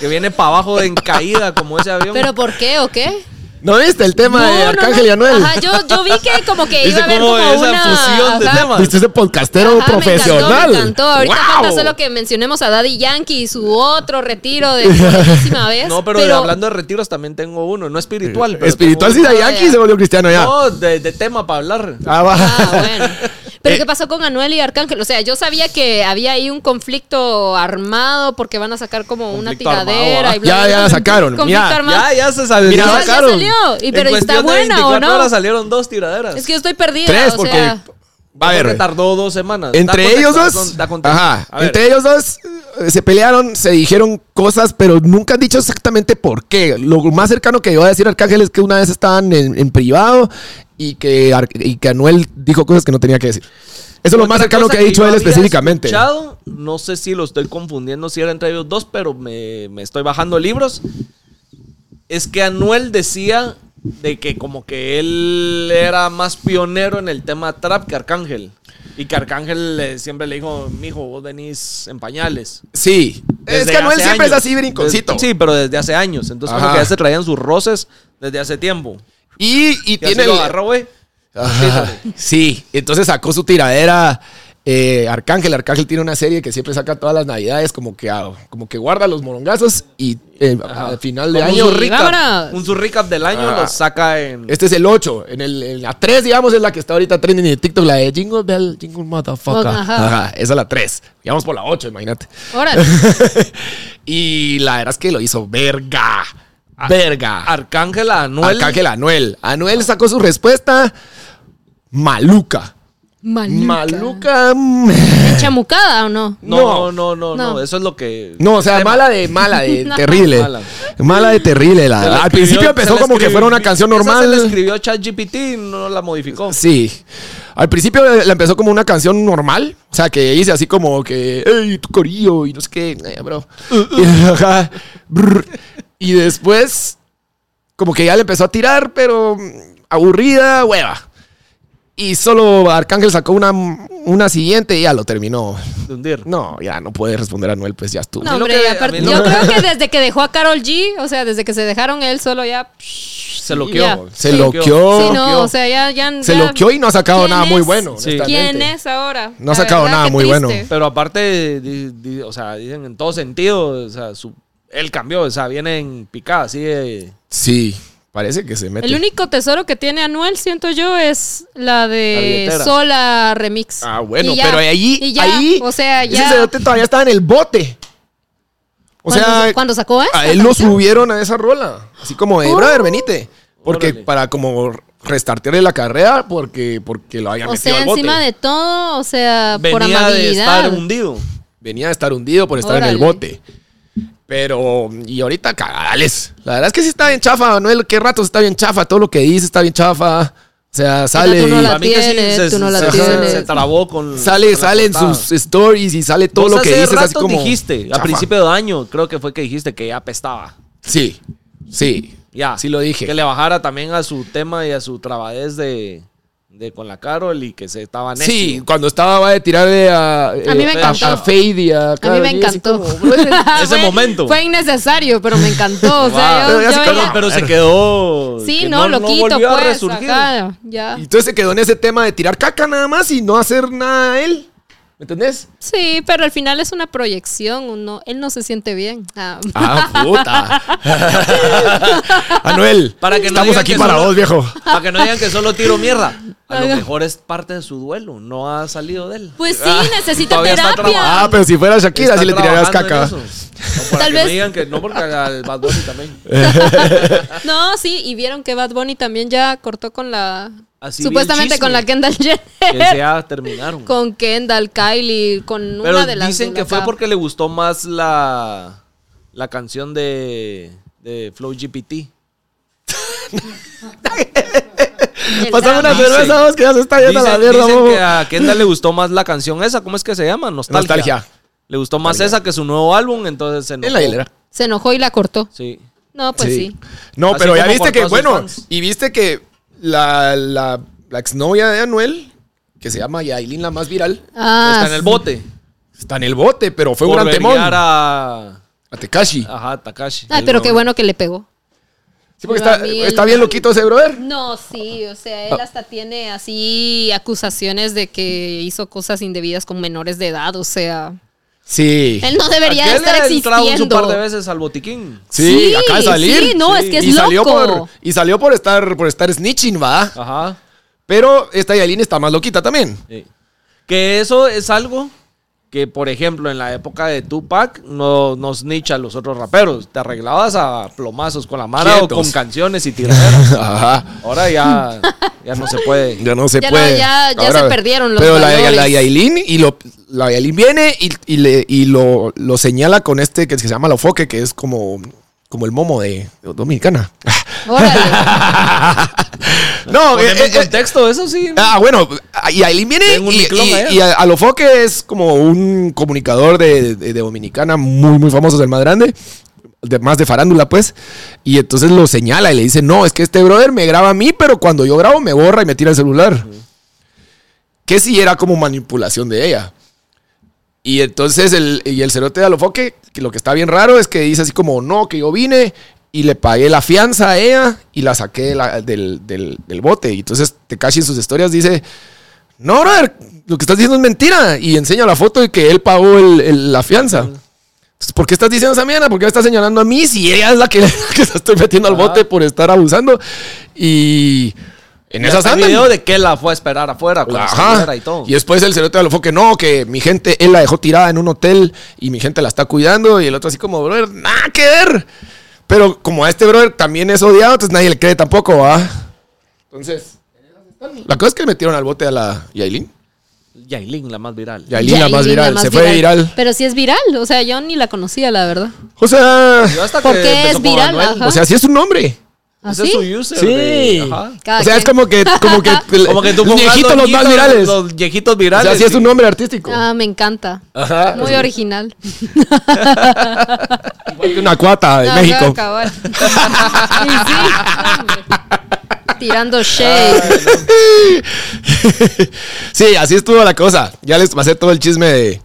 que viene para abajo en caída como ese avión.
¿Pero por qué o qué?
¿No viste el tema de
No, no,
Arcángel
no.
y Anuel?
Ajá, yo, yo vi que como que
Dice
iba a haber como
como esa
una
fusión de
ajá.
temas.
¿Viste ese podcastero
Ajá,
profesional?
Me encantó, me encantó. Ahorita
¡Guau!
falta solo que mencionemos a Daddy Yankee y su otro retiro de la próxima vez.
No, pero, hablando de retiros también tengo uno, no espiritual. pero
Eh, Espiritual sí,
tengo
de Yankee
ya.
se volvió cristiano ya.
uno. No, de, de tema para hablar.
Ah, va.
Oh. Ah, bueno. Pero
Eh.
¿qué pasó con Anuel y Arcángel? O sea, yo sabía que había ahí un conflicto armado porque van a sacar como una
Conflicto armado,
tiradera
ah.
y bla,
Ya,
bla,
ya
bla.
la sacaron.
Conflicto
Ya,
armado.
Ya, ya se salió.
Mira,
Ya,
la
ya
sacaron.
salió. Y,
En
pero ¿y está
cuestión de
buena o
24 horas
no?
salieron dos tiraderas.
Es que yo estoy perdida.
Tres,
o
porque.
sea,
va a
Creo que
ver.
tardó dos semanas. Da
Entre
contexto,
ellos
da
dos.
con- da contexto.
Ajá.
A ver,
Entre ellos dos eh, se pelearon, se dijeron cosas, pero nunca han dicho exactamente por qué. Lo más cercano que iba a decir Arcángel es que una vez estaban en, en privado y que, Ar- y que Anuel dijo cosas que no tenía que decir. Eso es lo
otra
más cercano
cosa
que ha dicho
yo
él
había
específicamente.
escuchado, no sé si lo estoy confundiendo, si era entre ellos dos, pero me, me estoy bajando libros. Es que Anuel decía de que como que él era más pionero en el tema trap que Arcángel. Y que Arcángel le- siempre le dijo, mijo, vos venís en pañales.
Sí. es
Desde
que Anuel
hace
siempre es
años.
así brinconcito.
Des- sí, pero desde hace años. Entonces como
Ajá.
que ya se traían sus roces desde hace tiempo.
Y, y
Y así
tiene
lo
el-
agarró, güey.
Ajá, sí, entonces sacó su tiradera eh, Arcángel. Arcángel tiene una serie que siempre saca todas las navidades, como que, ah, como que guarda los morongazos y eh, al final de
Como
año.
Un recap,
Vámonos.
un su recap del año
Ajá.
lo saca en...
Este es el 8. En, el, en la 3, digamos, es la que está ahorita trending en TikTok, la de Jingle Bell, Jingle Motherfucker.
Ajá.
Ajá. esa es la 3. Digamos por la 8, imagínate.
órale.
y la verdad es que lo hizo verga. Verga.
Arcángel a Anuel.
Arcángel Anuel. Anuel sacó su respuesta maluca.
Maluca.
Maluca. mm.
¿Chamucada o no?
No, no, no, no,
No.
Eso es lo que.
No, o sea, mala de mala de terrible.
Mala.
Mala de terrible, la
Se la
verdad. Al
escribió-
principio
se
empezó
la
como que
escribió-
fuera una canción
esa Se la
normal.
escribió ChatGPT y no la modificó.
Sí. Al principio la empezó como una canción normal. O sea, que dice así como que, ¡Ey, tu corillo! Y no sé qué. eh, bro.
Uh,
Ajá. Brr. y después, como que ya le empezó a tirar, pero mm, aburrida, hueva. Y solo Arcángel sacó una, una siguiente y ya lo terminó.
de hundir.
No, ya no puede responder a Noel, pues ya estuvo.
No,
lo
hombre,
que-
y
a
aparte-
mí lo
yo
que-
creo que desde que dejó a Carol G, o sea, desde que se dejaron él solo ya.
Se loqueó.
Ya.
Se
Sí.
loqueó.
sí, no, o sea, ya. ya
se
ya-
loqueó y no ha sacado
¿quién
nada muy
es?
bueno.
Sí.
honestamente.
¿Quién es ahora?
No
La
ha sacado
verdad,
nada
qué
muy bueno.
triste.
Pero aparte, di- di- o sea, dicen en todo sentido, o sea, su- él cambió, o sea, viene en picada, así de...
Sí, parece que se mete.
El único tesoro que tiene Anuel, siento yo, es la
La
de
billetera.
Sola Remix.
Ah, bueno,
Y ya,
pero ahí,
y ya,
ahí,
o sea, ya.
ese cerote todavía estaba en el bote. O
cuando,
sea,
cuando sacó eh? esta
a él lo
canción.
subieron a esa rola. Así como, de
Oh.
brother, venite. Porque
Órale.
para como restartearle la carrera, porque, porque lo habían
O
metido
sea,
al bote.
encima de todo, o sea, por
Venía de
amabilidad.
estar hundido.
Venía a estar hundido por estar en el
Órale.
bote. Pero, y ahorita cagadales. La verdad es que sí está bien chafa, Manuel. Qué rato está bien chafa. Todo lo que dice está bien chafa. O sea, sale.
tú no
y-
la
Para mí que sí,
tienes,
se,
tú no la
se-
tienes.
se trabó con...
Sale,
Mm, con la
sale en
portada.
sus stories y sale todo
Vos
lo que
hace
dices así
rato
como.
dijiste, a
chafa.
principio de año, creo que fue que dijiste que ya apestaba.
Sí, sí.
Ya.
Sí lo dije.
Que le bajara también a su tema y a su trabadez de, de con la Carol y que se estaba necio.
Sí, cuando estaba va a tirarle a, eh,
A mí me
a-
encantó.
a Fade y a
A mí me
Karol G, así
encantó.
como,
Ese
Fue-
momento.
Fue innecesario, pero me encantó. O sea,
Wow.
yo,
Pero ya
yo
se
veía-
calma.
pero se quedó.
Sí,
que
no, lo quito,
volvió a
pues.
resurgir.
Acá, ya.
y entonces se quedó en ese tema de tirar caca nada más y no hacer nada a él. ¿Me entendés?
Sí, pero al final es una proyección. uno- él no se siente bien. Ah.
Ah, puta. Anuel,
Para que no
estamos
digan
aquí
que
para
solo-
vos, viejo.
Para que no digan que solo tiro mierda. A lo mejor es parte de su duelo, no ha salido de él. Ah,
Pues sí, necesita
todavía está
terapia.
Ah, pero si fuera Shakira,
Está
sí le tirarías caca.
trabajando en eso. O para
Tal
que
vez-
no digan que no, porque al Bad Bunny también. Ah.
No, sí, y vieron que Bad Bunny también ya cortó con la.
Así vi
supuestamente
el
con la
chisme.
Kendall
Que
Jenner.
ya terminaron.
Con Kendall, Kylie, con
Pero
una de las.
dicen
de
que
las-
fue porque le gustó más la, la canción de, de Flow GPT.
el
Pasame una
drama.
Dicen-
cerveza, vos que Ah, ya se está yendo a la
Dicen,
mierda,
dicen
bobo.
que a Kendall le gustó más la canción esa, ¿cómo es que se llama? Nostalgia.
Nostalgia.
Le gustó más esa que su nuevo álbum, entonces se
En
enojó.
la hilera.
Se enojó y la cortó.
Sí.
No, pues sí.
No,
Así
pero ya
como
viste
cortó a
que,
sus
bueno,
fans.
y viste que la, la, la exnovia de Anuel, que se llama Yailin, la más viral,
Ah,
Está en el bote.
está en el bote, pero fue un
Por
gran temón.
verguiar a, Ah.
A Tekashi.
ajá, Takashi.
Ay, Ah, pero qué bueno que le pegó.
Sí, porque
pero
está,
a mí el-
está bien loquito ese brother.
No, sí, o sea,
Ah.
él hasta tiene así acusaciones de que hizo cosas indebidas con menores de edad, o sea,
Sí.
él no debería de
Aquel
estar
ha entrado un
existiendo.
par de veces al botiquín.
Sí,
Sí,
acaba de salir.
sí, no, es que es
y Salió
loco.
por, y salió por estar, por estar snitching, va.
Ajá.
Pero esta Yailin está más loquita también.
Sí. Que eso es algo que, por ejemplo, en la época de Tupac no nos nicha a los otros raperos. Te arreglabas a plomazos con la mara
Quietos.
o con canciones y tiraderas.
Ajá.
Ahora ya, ya no se puede.
Ya no se
Ya no,
puede.
ya- ya se perdieron los
Pero la,
valores.
la Yailin y lo, la Yailin viene y, y le, y lo, lo señala con este que se llama Lofoque, que es como, como el momo de Dominicana.
Órale.
no, eh,
Poneme
eh,
en contexto, eso sí. ¿no?
Ah, bueno, y Aileen viene
Tengo un
y,
miclón
y-
allá.
y a, a lo foque es como un comunicador de, de- de Dominicana muy, muy famoso, es el más grande, de, más de farándula, pues. Y entonces lo señala y le dice, no, es que este brother me graba a mí, pero cuando yo grabo me borra y me tira el celular. Que sí era como manipulación de ella. Y entonces el, y el cerote de Alofoque, que lo que está bien raro es que dice así como, no, que yo vine y le pagué la fianza a ella y la saqué de la- del, del- del bote. Y entonces Tekashi en sus historias dice, no, brother, lo que estás diciendo es mentira. Y enseña la foto de que él pagó el- el- la fianza. Entonces, ¿por qué estás diciendo esa mierda? ¿Por qué me estás señalando a mí si ella es la que, la que se estoy metiendo al
Ajá.
bote por estar abusando? Y en
Ya
esas
está el
andan.
video de que la fue a esperar afuera con la señora
Ajá.
y todo.
Y después el cerote al que no, que mi gente, él la dejó tirada en un hotel y mi gente la está cuidando. Y el otro así como, brother, nada que ver. Pero como a este brother también es odiado, entonces nadie le cree tampoco, ¿va? Entonces, la cosa es que metieron al bote a la Yailin.
Yailin, la más viral.
Yailin la más
Yailin,
viral, se fue viral.
Pero sí es viral, o sea, yo ni la conocía, la verdad.
O sea,
Yo hasta
¿Por
que
qué
empezó
es
con
viral? ¿Ah,
Anuel.
Ajá.
o sea, sí es un nombre.
Ese
¿Así?
es su user.
Sí.
de- ajá.
Cada
o sea, es
quien.
como que, como que, el-
Como que tú
los
pongas
viejitos los más
ñitos,
virales.
Los viejitos
o
virales.
sea, sí es
sí.
un nombre artístico.
Ah, me encanta.
Ah,
Ajá.
Muy original.
Igual que Una cuata de
No,
México.
cabal. Y sí, hombre. tirando shade.
Sí, así estuvo la cosa. Ya les pasé todo el chisme de,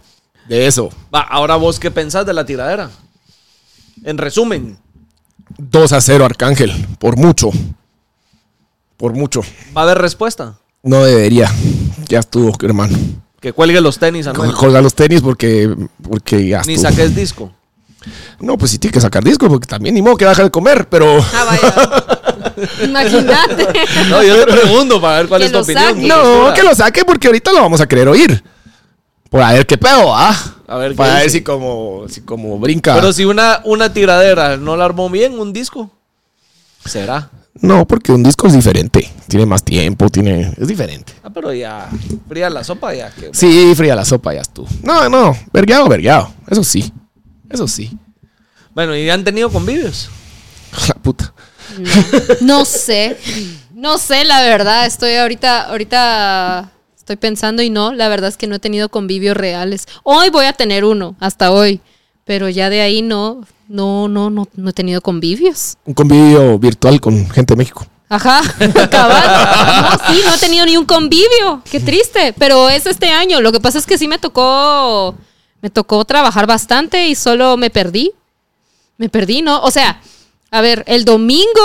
de eso.
Va, ahora vos qué pensás de la tiradera. En resumen,
2 a 0, Arcángel. Por mucho. Por mucho.
va a haber respuesta.
No debería. Ya estuvo, hermano.
Que cuelgue los tenis, Anuel.
Colga los tenis porque, porque ya
Ni
estuvo.
saques disco.
No, pues sí tiene que sacar disco porque también ni modo que va a dejar de comer, pero...
Ah, vaya. Imagínate.
No, yo te pregunto para ver cuál
Que
es tu
lo
opinión.
saque.
tu
No,
postura.
que lo saque porque ahorita lo vamos a querer oír. Por a ver qué pedo, ¿ah?
A ver qué
Para ver
dice.
si como, si como brinca.
Pero si una, una tiradera no la armó bien, un disco. Será.
No, porque un disco es diferente. Tiene más tiempo, tiene... Es diferente.
Ah, pero ya, fría la sopa ya. que-
Sí, fría la sopa, ya tú. No, no, vergueado, vergueado. Eso sí. Eso sí.
Bueno, y han tenido convivios.
La puta.
No sé. No sé, la verdad. Estoy ahorita, ahorita estoy pensando y no, la verdad es que no he tenido convivios reales. Hoy voy a tener uno, hasta hoy. Pero ya de ahí no, no, no, no, no he tenido convivios.
Un convivio virtual con gente de México.
Ajá, cabal. No, sí, no he tenido ni un convivio. Qué triste. Pero es este año. Lo que pasa es que sí me tocó. Me tocó trabajar bastante y solo me perdí. Me perdí, ¿no? O sea, a ver, el domingo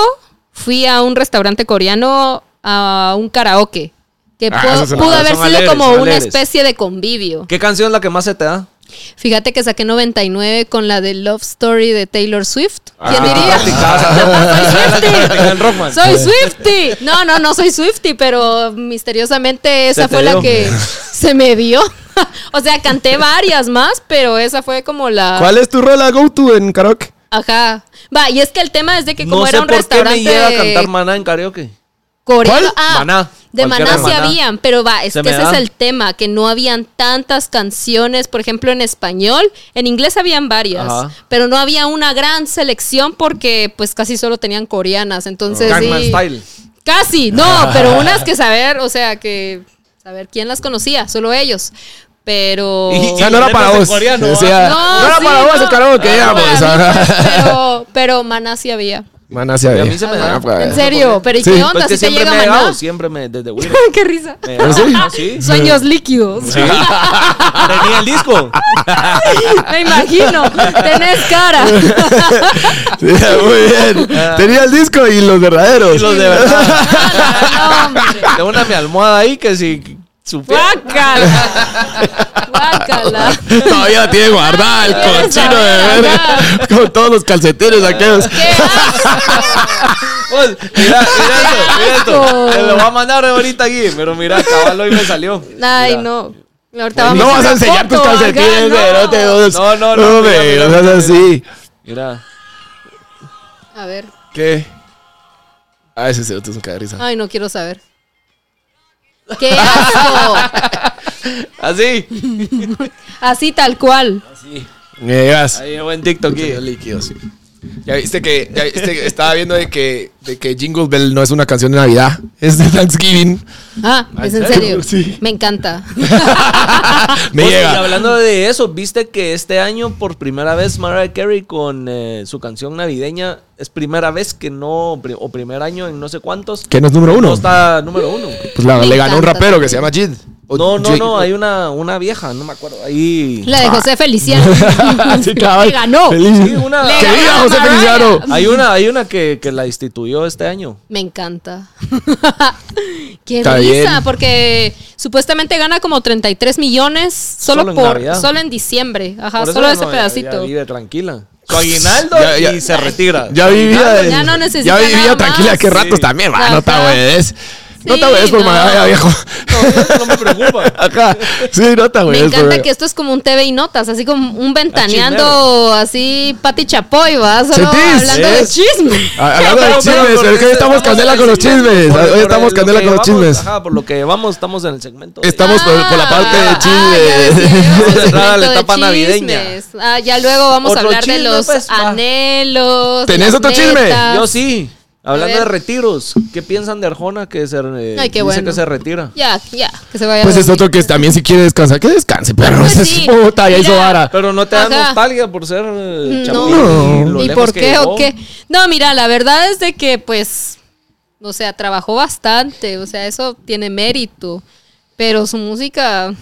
fui a un restaurante coreano a un karaoke. Que
Ah,
pudo,
esas son-
pudo
ah,
haber
son
sido
alegres,
como
son
una
alegres.
especie de convivio.
¿Qué canción es la que más se te da?
Fíjate que saqué 99 con la de Love Story de Taylor Swift. ¿Quién diría?
Practicaba. Rockman.
Soy Swifty. No, no, no soy Swifty, pero misteriosamente esa
Se te
fue la
dio.
que se me dio. o sea, canté varias más, pero esa fue como la.
¿Cuál es tu rola go to en karaoke?
Ajá. Va, y es que el tema es de que como
No
era
sé
un
por qué me
restaurante
llega a cantar maná en karaoke.
coreano.
¿Cuál?
Ah,
Maná.
De
Cualquiera
maná
de
sí
Maná.
habían, pero va, es
Se
que
me
ese
da.
es el tema, que no habían tantas canciones, por ejemplo, en español. En inglés habían varias,
Ajá.
pero no había una gran selección porque pues casi solo tenían coreanas. Entonces,
Gangnam
sí.
Style.
Casi, no, pero unas que saber, o sea, que saber quién las conocía, solo ellos. Pero.
O sea, no era
Y
para
letras en
vos.
coreano, ¿ah?
O sea, no,
No,
era
sí,
para vos
no.
el karaoke,
No, para
ya, pues.
mí,
ajá.
pues, pero, pero Maná sí había.
Maná se
Y a
había.
mí se me da.
Maná, pues,
En serio, pero ¿y
Sí.
qué
Pues
onda?
Pues que
si te
siempre
llega
me he
Maná.
dado, siempre me, desde Wii.
qué risa.
Me da, ah, sí.
Sueños líquidos.
Tenía el disco.
Me imagino. Tenés cara.
Sí, muy bien. Tenía el disco y los verdaderos.
Ah. Y los de verdad.
No, hombre.
Tengo una mi almohada ahí que si supiera.
Guácala. Guácala.
Todavía la tiene guardada el
Ay,
cochino de
esa
verga. Con todos los calcetines aquellos.
Qué asco.
Vos, mira, Pues, mira esto, mira esto.
asco.
Te lo voy a mandar ahorita aquí. Pero mira, caballo hoy me salió.
Ay,
Mira.
no. Ahorita vamos
No vas a
una
enseñar tus
foto acá,
calcetines,
no.
pero te
No, no, no, mira,
me-
mira,
no seas
mira,
así.
Mira.
A ver.
¿Qué? Ah, ese cerote es un cagarriza.
Ay, no quiero saber. ¡Qué asco!
Así.
Así tal cual.
Me llegas.
Ahí buen TikTok. aquí.
líquidos. Ya viste que, ya viste que estaba viendo de que, de que Jingle Bell no es una canción de Navidad, es de Thanksgiving.
Ah, es en serio.
serio? Sí.
Me encanta.
Me
Oye, Y
llega.
hablando de eso, viste que este año por primera vez Mariah Carey con eh, su canción navideña es primera vez que no, pri- o primer año en no sé cuántos.
¿Que no es número uno?
No está número uno.
Pues la-
Me
le ganó un
encanta
rapero que
también.
se llama Jid. O
No, no,
Jid.
no, hay una, una vieja, no me acuerdo. Ahí.
La de José Feliciano.
Ah. Sí, cabal.
Le ganó.
Feliz.
Sí, una-
Le
¡Que
ganó
viva
a
José
Mariah.
Feliciano!
Hay una, hay una que, que la instituyó este año.
Me encanta. Qué
Está
risa,
bien.
porque supuestamente gana como 33 millones solo,
Solo en
por
Navidad.
solo en diciembre. Ajá,
Por eso
Ah, solo
ya
ese
no, ya- ya
pedacito. Ya,
vive tranquila. Su aguinaldo
Ya, ya.
y se retira.
Ya vivía, de-
Ya no necesita
ya vivía
nada
tranquila
más.
que ratos
Sí.
también, va, no te
Ajá.
hueves. No te
Sí,
hueves por
no.
Mariah, viejo.
No, no me preocupa.
Ajá. Sí, no te
Me
hueves. por
encanta
Mariah.
que esto es como un TV y notas, así como un ventaneando así Pati Chapoy, va solo
Ah, ¿Sentís?
hablando de
Sí.
chisme.
Ah, Hablando de
Pero, pero,
chismes,
pero, este,
pero que hoy estamos
vamos
candela
a
con los
decir,
chismes.
por- por
Hoy estamos
lo
candela
que
con los
llevamos,
chismes.
Ajá, por lo que vamos, estamos en el segmento. de-
Estamos por, por la parte de
Ah, ya decía,
chismes.
el segmento
Entrada a la
de
etapa
chismes.
navideña.
Ah, ya luego vamos a
Otro
hablar de
chisme,
los
pues, va.
anhelos.
¿Tenés
las
otro chisme?
metas.
Yo sí. Hablando
ver.
de retiros, ¿qué piensan de Arjona que se eh,
Ay, qué
dice
bueno.
que se retira?
Ya, ya, que se vaya.
Pues
a
es
dormir.
otro que también si quiere descansar, que descanse, pero
Pues
es
sí.
puta, ya
Mira.
hizo vara.
Pero no te da
Ajá.
nostalgia por ser
No.
eh, Chapín y lo
¿Y
lejos
por
que
qué o
llegó.
qué? No, mira, la verdad es de que, pues, O sea, trabajó bastante, o sea, eso tiene mérito. Pero su música.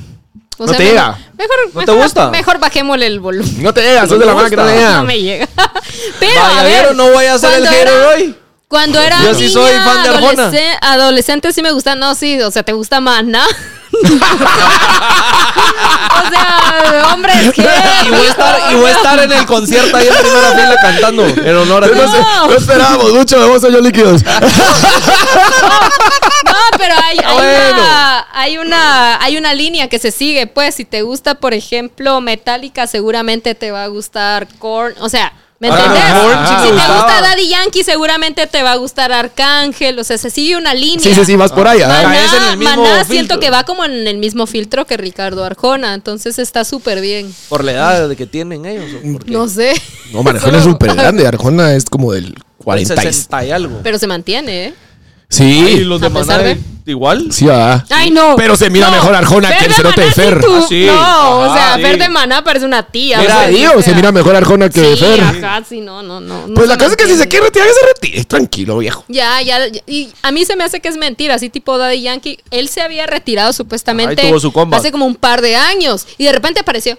o
No
sea,
te
mejor-
llega.
Mejor,
¿No te
mejor,
gusta?
Mejor bajémosle el volumen.
No te llega, sos de la mano que no te llega.
Ah, No me llega. Pero
Vaya,
a ver,
vieron, no voy a ser el
cuando
hater
era-
hoy.
Cuando era
Yo sí soy
niña,
fan de Arjona.
adolesce- adolescente sí me gusta, no, sí, o sea, te gusta más, ¿no? o sea, hombre, es que
Y voy, a estar, y voy a estar en el concierto ahí en primera fila cantando. En honor a ti.
No, sé,
No.
no esperábamos mucho de vos, yo líquidos.
No, pero hay, hay
Bueno.
una, hay, una, hay una línea que se sigue, pues. Si te gusta, por ejemplo, Metallica, seguramente te va a gustar Korn. O sea, ¿me
Ah,
entendés?
Korn
si
sí me
te gusta
gustaba.
Daddy Yankee, seguramente te va a gustar Arcángel. O sea, se sigue una línea.
Sí, sí, sí, vas por ahí. ah.
Maná,
Caes en el mismo
Maná
filtro.
siento que va como en el mismo filtro que Ricardo Arjona, entonces está súper bien.
Por la edad de que tienen ellos. ¿o por qué?
No sé.
No, man, Arjona es
Solo-
súper grande. Arjona es como del 40. y-
60 y algo.
Pero se mantiene, ¿eh?
Y
Sí,
los
A
de
pesar
Maná
de-
igual.
sí, ah.
Ay, no.
Pero se mira
No,
mejor Arjona que
Fer
el
de
cerote de
Maná sí
Fer.
tú-
Ah, sí.
No, o
Ajá,
sea,
sí.
Fer de Maná parece una tía. o sea,
Mira, digo,
o
se
sea,
mira mejor Arjona que
sí,
Fer.
Ajá, sí, no, no, no. no
Pues la
se
cosa es que si se
mantiene.
quiere retirar, que se retire. Tranquilo, viejo.
Ya, ya, ya, y a mí se me hace que es mentira, así tipo Daddy Yankee, él se había retirado supuestamente
Ahí tuvo su comeback.
hace como un par de años y de repente apareció.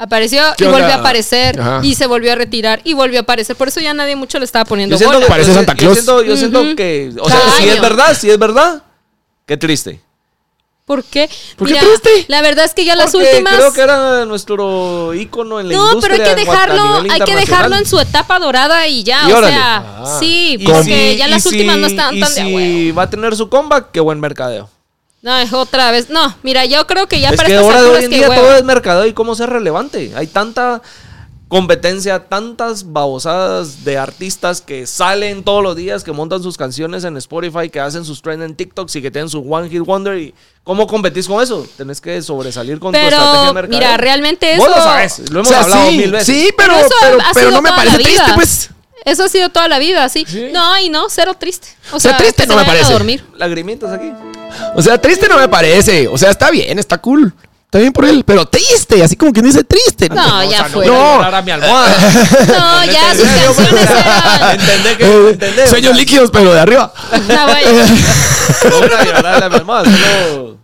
Apareció y
¿Qué onda?
volvió a aparecer
Ajá.
y se volvió a retirar y volvió a aparecer, por eso ya nadie mucho le estaba poniendo
Yo siento
bola.
que
Parece
yo
Santa
si-
Claus.
Yo siento, yo siento
Ujú.
que. O sea,
Cada
si es
año.
verdad, si es verdad. Qué triste.
¿Por qué?
¿Por qué triste?
la verdad es que ya las
Porque
últimas
Creo que era nuestro ícono en la
No, pero
industria.
hay que
en cuanto a
dejarlo,
nivel
hay que dejarlo
internacional.
en su etapa dorada y ya,
Y
o
órale. Ah.
sea, sí,
Y
porque
si-
ya
y
las
si-
últimas no están
y
tan de a
si
huevo.
va a tener su comeback, qué buen mercadeo.
No, es otra vez. No, mira, yo creo que ya
es
para
que
estas
ahora de
alturas
hoy en
que
día
hueva.
todo es mercadeo y cómo ser relevante. Hay tanta competencia, tantas babosadas de artistas que salen todos los días, que montan sus canciones en Spotify, que hacen sus trends en TikToks y que tienen su One Hit Wonder. y ¿Cómo competís con eso? Tenés que sobresalir con tu estrategia de
Pero
mercadeo.
mira, realmente eso
Vos lo sabes, lo hemos hablado
sí,
mil veces.
sí, pero,
eso
pero,
ha
pero
sido
no me
toda
parece
la
triste,
vida.
pues.
Eso ha sido toda la vida, sí. No, y no, cero triste. O
sea,
sea,
triste
que
no
se
me
vayan a
parece.
dormir.
Lagrimitas aquí.
O sea, triste no me parece. O sea, está bien, está cool. Está bien por él, pero triste, así como quien dice triste.
No, ya fue.
no.
No,
Llorar a mi almohada.
ya sus canciones eran.
Entendé que.
Eh,
entendé, o
sueños
sea,
líquidos, pero de arriba.
No, bueno.
no era llorar a mi almohada, solo-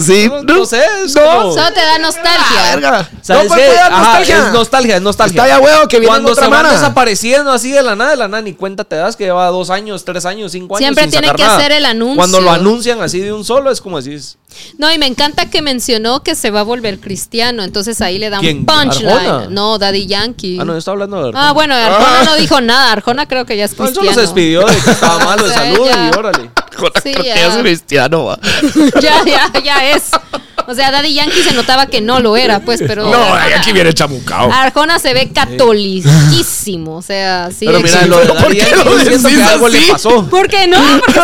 Sí, Ah,
No, no sé, es como-
Solo te da nostalgia.
Verga.
¿Sabes
no, pues,
qué?
puede dar
Ajá,
nostalgia.
Es nostalgia, es nostalgia.
Está ya huevo que viene
Cuando
otra
se van
mana.
desapareciendo así de la nada, de la nada, ni cuenta te das que lleva dos años, tres años, cinco años.
Siempre
sin
tienen
sacar
que
nada.
hacer el anuncio.
Cuando lo anuncian así de un solo, es como decís.
No, y me encanta que mencionó que se va a volver cristiano. Entonces ahí le da
¿Quién?
un punchline.
¿Arjona?
No, Daddy Yankee.
Ah, no, yo estaba hablando de.
Ah, bueno, Arjona no dijo nada. Arjona creo que ya es
No, él
cristiano.
solo se despidió de que estaba malo de
O sea,
salud
ya.
y órale.
Sí,
Creo que
ya.
es cristiano, va.
ya, ya, ya es. O sea, Daddy Yankee se notaba que no Ah, lo era, pues, pero.
No,
eh,
ay, aquí viene chamucao.
Arjona se ve catoliquísimo. O sea, sí.
Pero mira, lo de
¿Por
Daddy
qué
Yankee,
lo
yo siento que
decís
algo
así?
le pasó.
¿Por qué no? Porque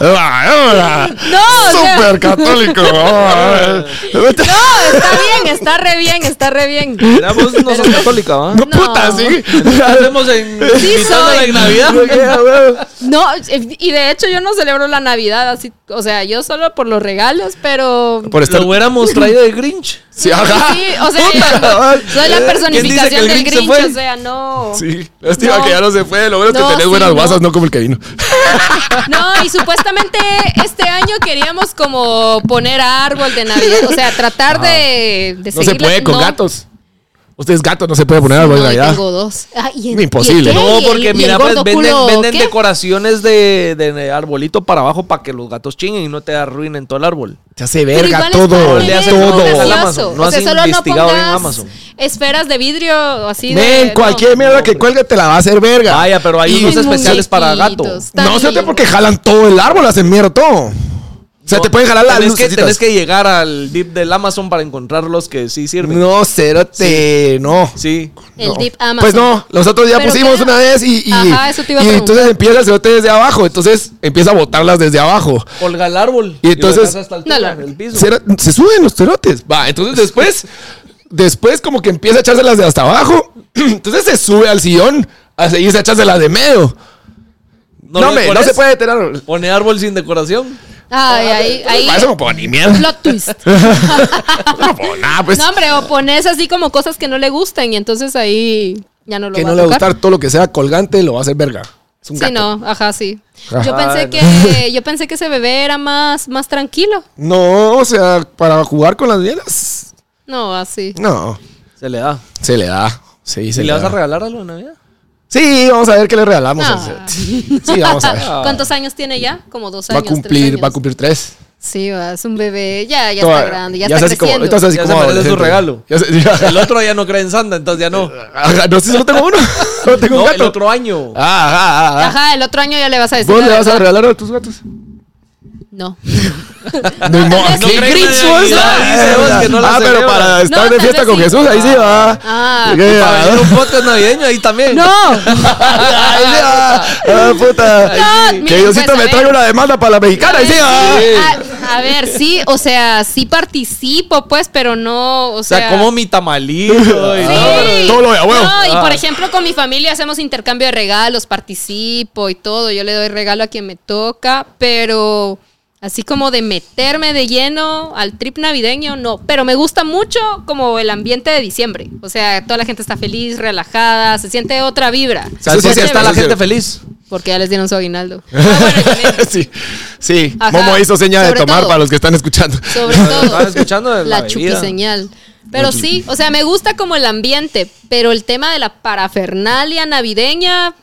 Ah,
No, o sea-
Súper católico. ah, eh.
no, está bien, está re bien, está re bien.
Mira, vos no sos católica, ¿va?
No, puta,
No.
sí.
Hablemos en.
Sí
invitando a la
soy.
Navidad.
No, y de hecho yo no celebro la Navidad así. O sea, yo solo por los regalos, pero.
Por estar.
Lo hubiéramos traído de Grinch.
Sí, ajá.
Sí, o sea, eh,
Puta, eh, cabal.
soy la personificación
el
del
Grinch se
Grinch,
fue?
o sea, no.
Sí, lástima
No.
que ya no se fue. Lo bueno es que
No,
tenés
sí,
buenas
no.
guasas, no como el que vino.
No, y supuestamente este año queríamos como poner árbol de Navidad, o sea, tratar de, de
No se
seguir la-
puede con
no.
gatos. Usted es gato, no se puede poner
No,
árbol de
yo
Navidad.
tengo dos. Ah, ¿y el-
Imposible.
¿y el qué?
No,
¿Y el- y
porque
el
mira, pues
gordo
venden,
culo
venden
qué?
decoraciones de, de arbolito para abajo para que los gatos chinguen y no te arruinen todo el árbol.
Te hace
Pero
verga
igual
todo.
está
hacen
bien
Todo.
todo.
gracioso.
Amazon, no
o sea,
has
solo no
investigado bien
pongas
Amazon.
esferas de vidrio así de...
Ven,
no.
cualquier mierda que cuelgue te la va a hacer verga.
Vaya, pero hay
Y-
Pues
unos especiales para gato.
Muñequitos, tan
No, sé
lindos.
porque jalan todo el árbol, hacen mierda todo. O sea, te pueden jalar la
Tenés que,
lucecitas.
tenés que llegar al dip del Amazon para encontrar los que sí sirven.
No, cérate, no.
Sí.
El
No.
Deep Amazon.
Pues no, nosotros ya
Pero
pusimos
queda-
una vez y, y,
Ajá, eso te iba a
y
preguntar.
entonces empieza el cerote desde abajo, entonces empieza a botarlas desde abajo.
Colga el árbol.
Y
lo
entonces-
dejas hasta altura,
No, la-
el piso.
Cero- se suben los cerotes. Va, entonces después, después como que empieza a echárselas de hasta abajo, entonces se sube al sillón a seguirse a echárselas de medio. No,
lo
me, no
decores.
se puede tener árbol.
Pone árbol sin decoración.
Ay, ahí, ahí...
Para eso no pongo ni mierda.
Plot twist.
No pongo nada, pues.
No, hombre, o pones así como cosas que no le gustan y entonces ahí ya no lo
que
va
no
a
le va a
tocar.
gustar todo lo que sea colgante, lo va a hacer verga. Es un
Sí,
gato.
no, ajá, sí.
Ajá,
Yo pensé que yo pensé que ese bebé era más, más tranquilo.
No, o sea, para jugar con las mielas.
No, así.
No,
Se le da.
se le da. Sí, se
¿Y le vas
da.
a regalar algo en Navidad?
Sí, vamos a ver qué le regalamos.
Ah.
Sí, vamos a ver.
¿Cuántos años tiene ya? Como dos
Va a
años. tres
cumplir,
años.
va a cumplir tres.
Sí, va, es un bebé. Ya, ya
Toda-
está grande, ya,
se
está
hace como-
creciendo.
ahorita se hace
Ya
como
se merece su
adolescente.
regalo.
Ya se- ya-
El otro ya no cree en Santa, entonces ya no.
Ajá, no sé, solo tengo uno. Solo tengo un
No,
gato.
el otro año.
Ah, ajá, ajá, ajá.
Ajá, el otro año ya le vas a decir.
¿Vos
la
le vas a
verdad.
regalar a tus gatos?
No.
No,
no
qué
creo que
grinch
haya ido.
vos.
Dice vos que no la
Ah, pero
celebra.
para estar
No,
de
tal
fiesta
vez
con
sí.
Jesús, ahí sí va.
Ah.
Sí,
Para
va.
venir un podcast navideño ahí también.
Ahí sí va. Ah, puta.
No,
Que
miren,
Diosito
pues, a
me
ver.
traiga una demanda para la mexicana, ahí sí va.
A, a ver, sí, o sea, sí participo, pues, pero no, o
O sea,
sea.
como mi tamalito. y
Sí.
Ah, todo lo de a huevo.
No, y
Ah.
por ejemplo, con mi familia hacemos intercambio de regalos, participo y todo. Yo le doy regalo a quien me toca, pero así como de meterme de lleno al trip navideño, no. Pero me gusta mucho como el ambiente de diciembre. O sea, toda la gente está feliz, relajada, se siente otra vibra.
O sea,
Sí,
sí,
sí,
está la
sí.
gente feliz.
Porque ya les dieron su aguinaldo. Ah, bueno, y también,
Sí, sí.
Ajá.
Momo hizo seña de
Sobre
tomar
todo.
para los que están escuchando.
sobre
Lo
todo.
estaba escuchando de la
la
bebida.
chupi señal. Pero sí, o sea, me gusta como el ambiente, pero el tema de la parafernalia navideña.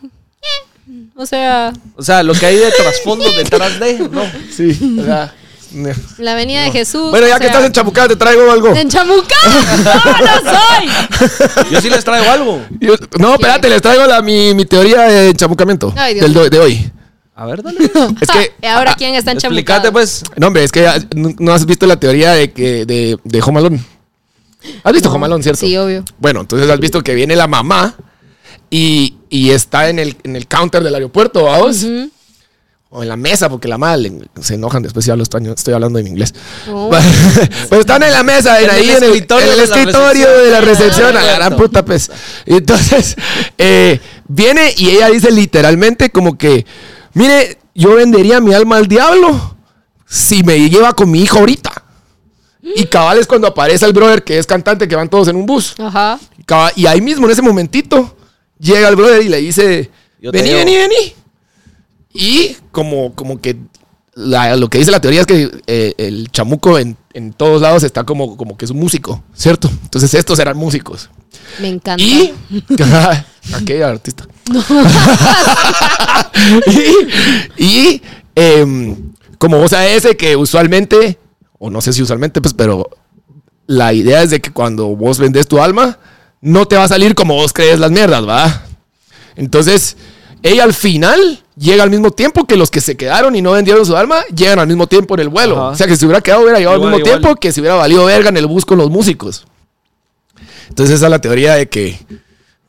eh, o sea,
O sea, lo que hay de trasfondo detrás de. No.
Sí, o sea, no.
la venida de Jesús.
Bueno,
o
ya que
sea,
estás en Chapucá, te traigo algo.
¡En Chamucá! ¡No, no soy!
Yo sí les traigo algo.
Yo- no, espérate, les traigo la, mi, mi teoría de chamucamiento
Ay, Dios
del, do- de hoy.
A ver, dale.
Es que,
¿Y ahora quién está en Chamucá?
Explicate, pues.
no, hombre, es que ah, no, no has visto la teoría de que de, de Home Alone. ¿Has visto Home Alone, cierto?
Sí, obvio.
Bueno, entonces has visto que viene la mamá y, y está en el, en el counter del aeropuerto, vamos. O en la mesa, porque la madre le- se enojan después si hablo español, estoy hablando en inglés.
Oh.
pues están en la mesa, en,
En
ahí
el
en el
escritorio
en el
de la
escritorio de la recepción,
recepción.
a la gran
Correcto.
puta, pues. Entonces, eh, viene y ella dice literalmente como que, mire, yo vendería mi alma al diablo si me lleva con mi hijo ahorita. Y cabal es cuando aparece el brother que es cantante, que van todos en un bus.
Ajá.
Y caba- Y ahí mismo, en ese momentito, llega el brother y le dice,
Yo te
vení,
llevo".
vení, vení. Y como, como que la- lo que dice la teoría es que eh, el chamuco en, en todos lados está como, como que es un músico, ¿cierto? Entonces estos eran músicos.
Me encanta.
Y... Aquella artista. y... y, em, como vos sabés ese que usualmente, o no sé si usualmente, pues, pero la idea es de que cuando vos vendes tu alma, no te va a salir como vos crees las mierdas, ¿va? Entonces, ella al final llega al mismo tiempo que los que se quedaron y no vendieron su alma, llegan al mismo tiempo en el vuelo.
Ajá.
O sea, que si se hubiera quedado, hubiera llegado al
Igual,
mismo
igual.
tiempo que si hubiera valido verga en el bus con los músicos. Entonces, esa es la teoría de que.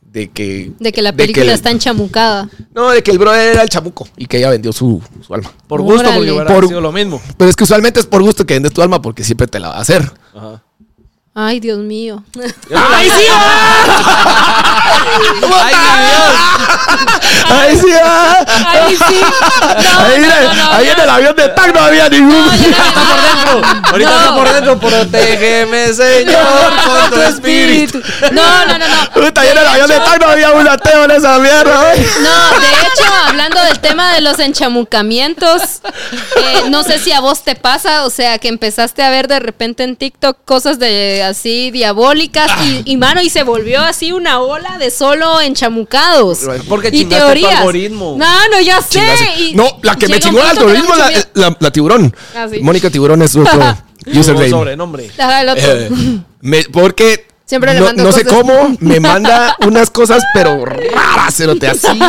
De que,
De que la película
el-
está enchamucada.
No, de que el brother era el chamuco y que ella vendió su, su alma.
Por gusto,
Órale.
porque hubiera
Por-
sido lo mismo.
Pero es que usualmente es por gusto que vendes tu alma porque siempre te la va a hacer.
Ajá.
Ay, Dios mío.
¡Ay, sí!
¡Ay, mi
¡Ay, sí! ah!
Ay, sí. No,
ahí
no,
mira,
no, no,
ahí
no.
en el avión de TAC no había ningún.
Dios! Ahorita
No.
está por dentro. Protégeme, Señor, con tu espíritu.
No, no, no, no.
Puta, ahí en el avión de TAC no había un ateo en esa mierda, güey.
No, de hecho, hablando del tema de los enchamucamientos, eh, no sé si a vos te pasa, o sea, que empezaste a ver de repente en TikTok cosas de así diabólicas y, y, mano, y se volvió así una ola de solo enchamucados.
Porque
y
chingaste tu
teorías.
algoritmo.
Mano, ya sé. y
No, la que me
llega un
chingó
punto que
el
era
algoritmo, la,
mucho
la, la tiburón.
Ah, sí.
Mónica Tiburón es otro
Como
username.
sobrenombre.
miedo. Ajá, el otro.
Eh, me- porque
Siempre le
no,
mando
no sé
cosas.
cómo me manda unas cosas, pero raras, cerote, así.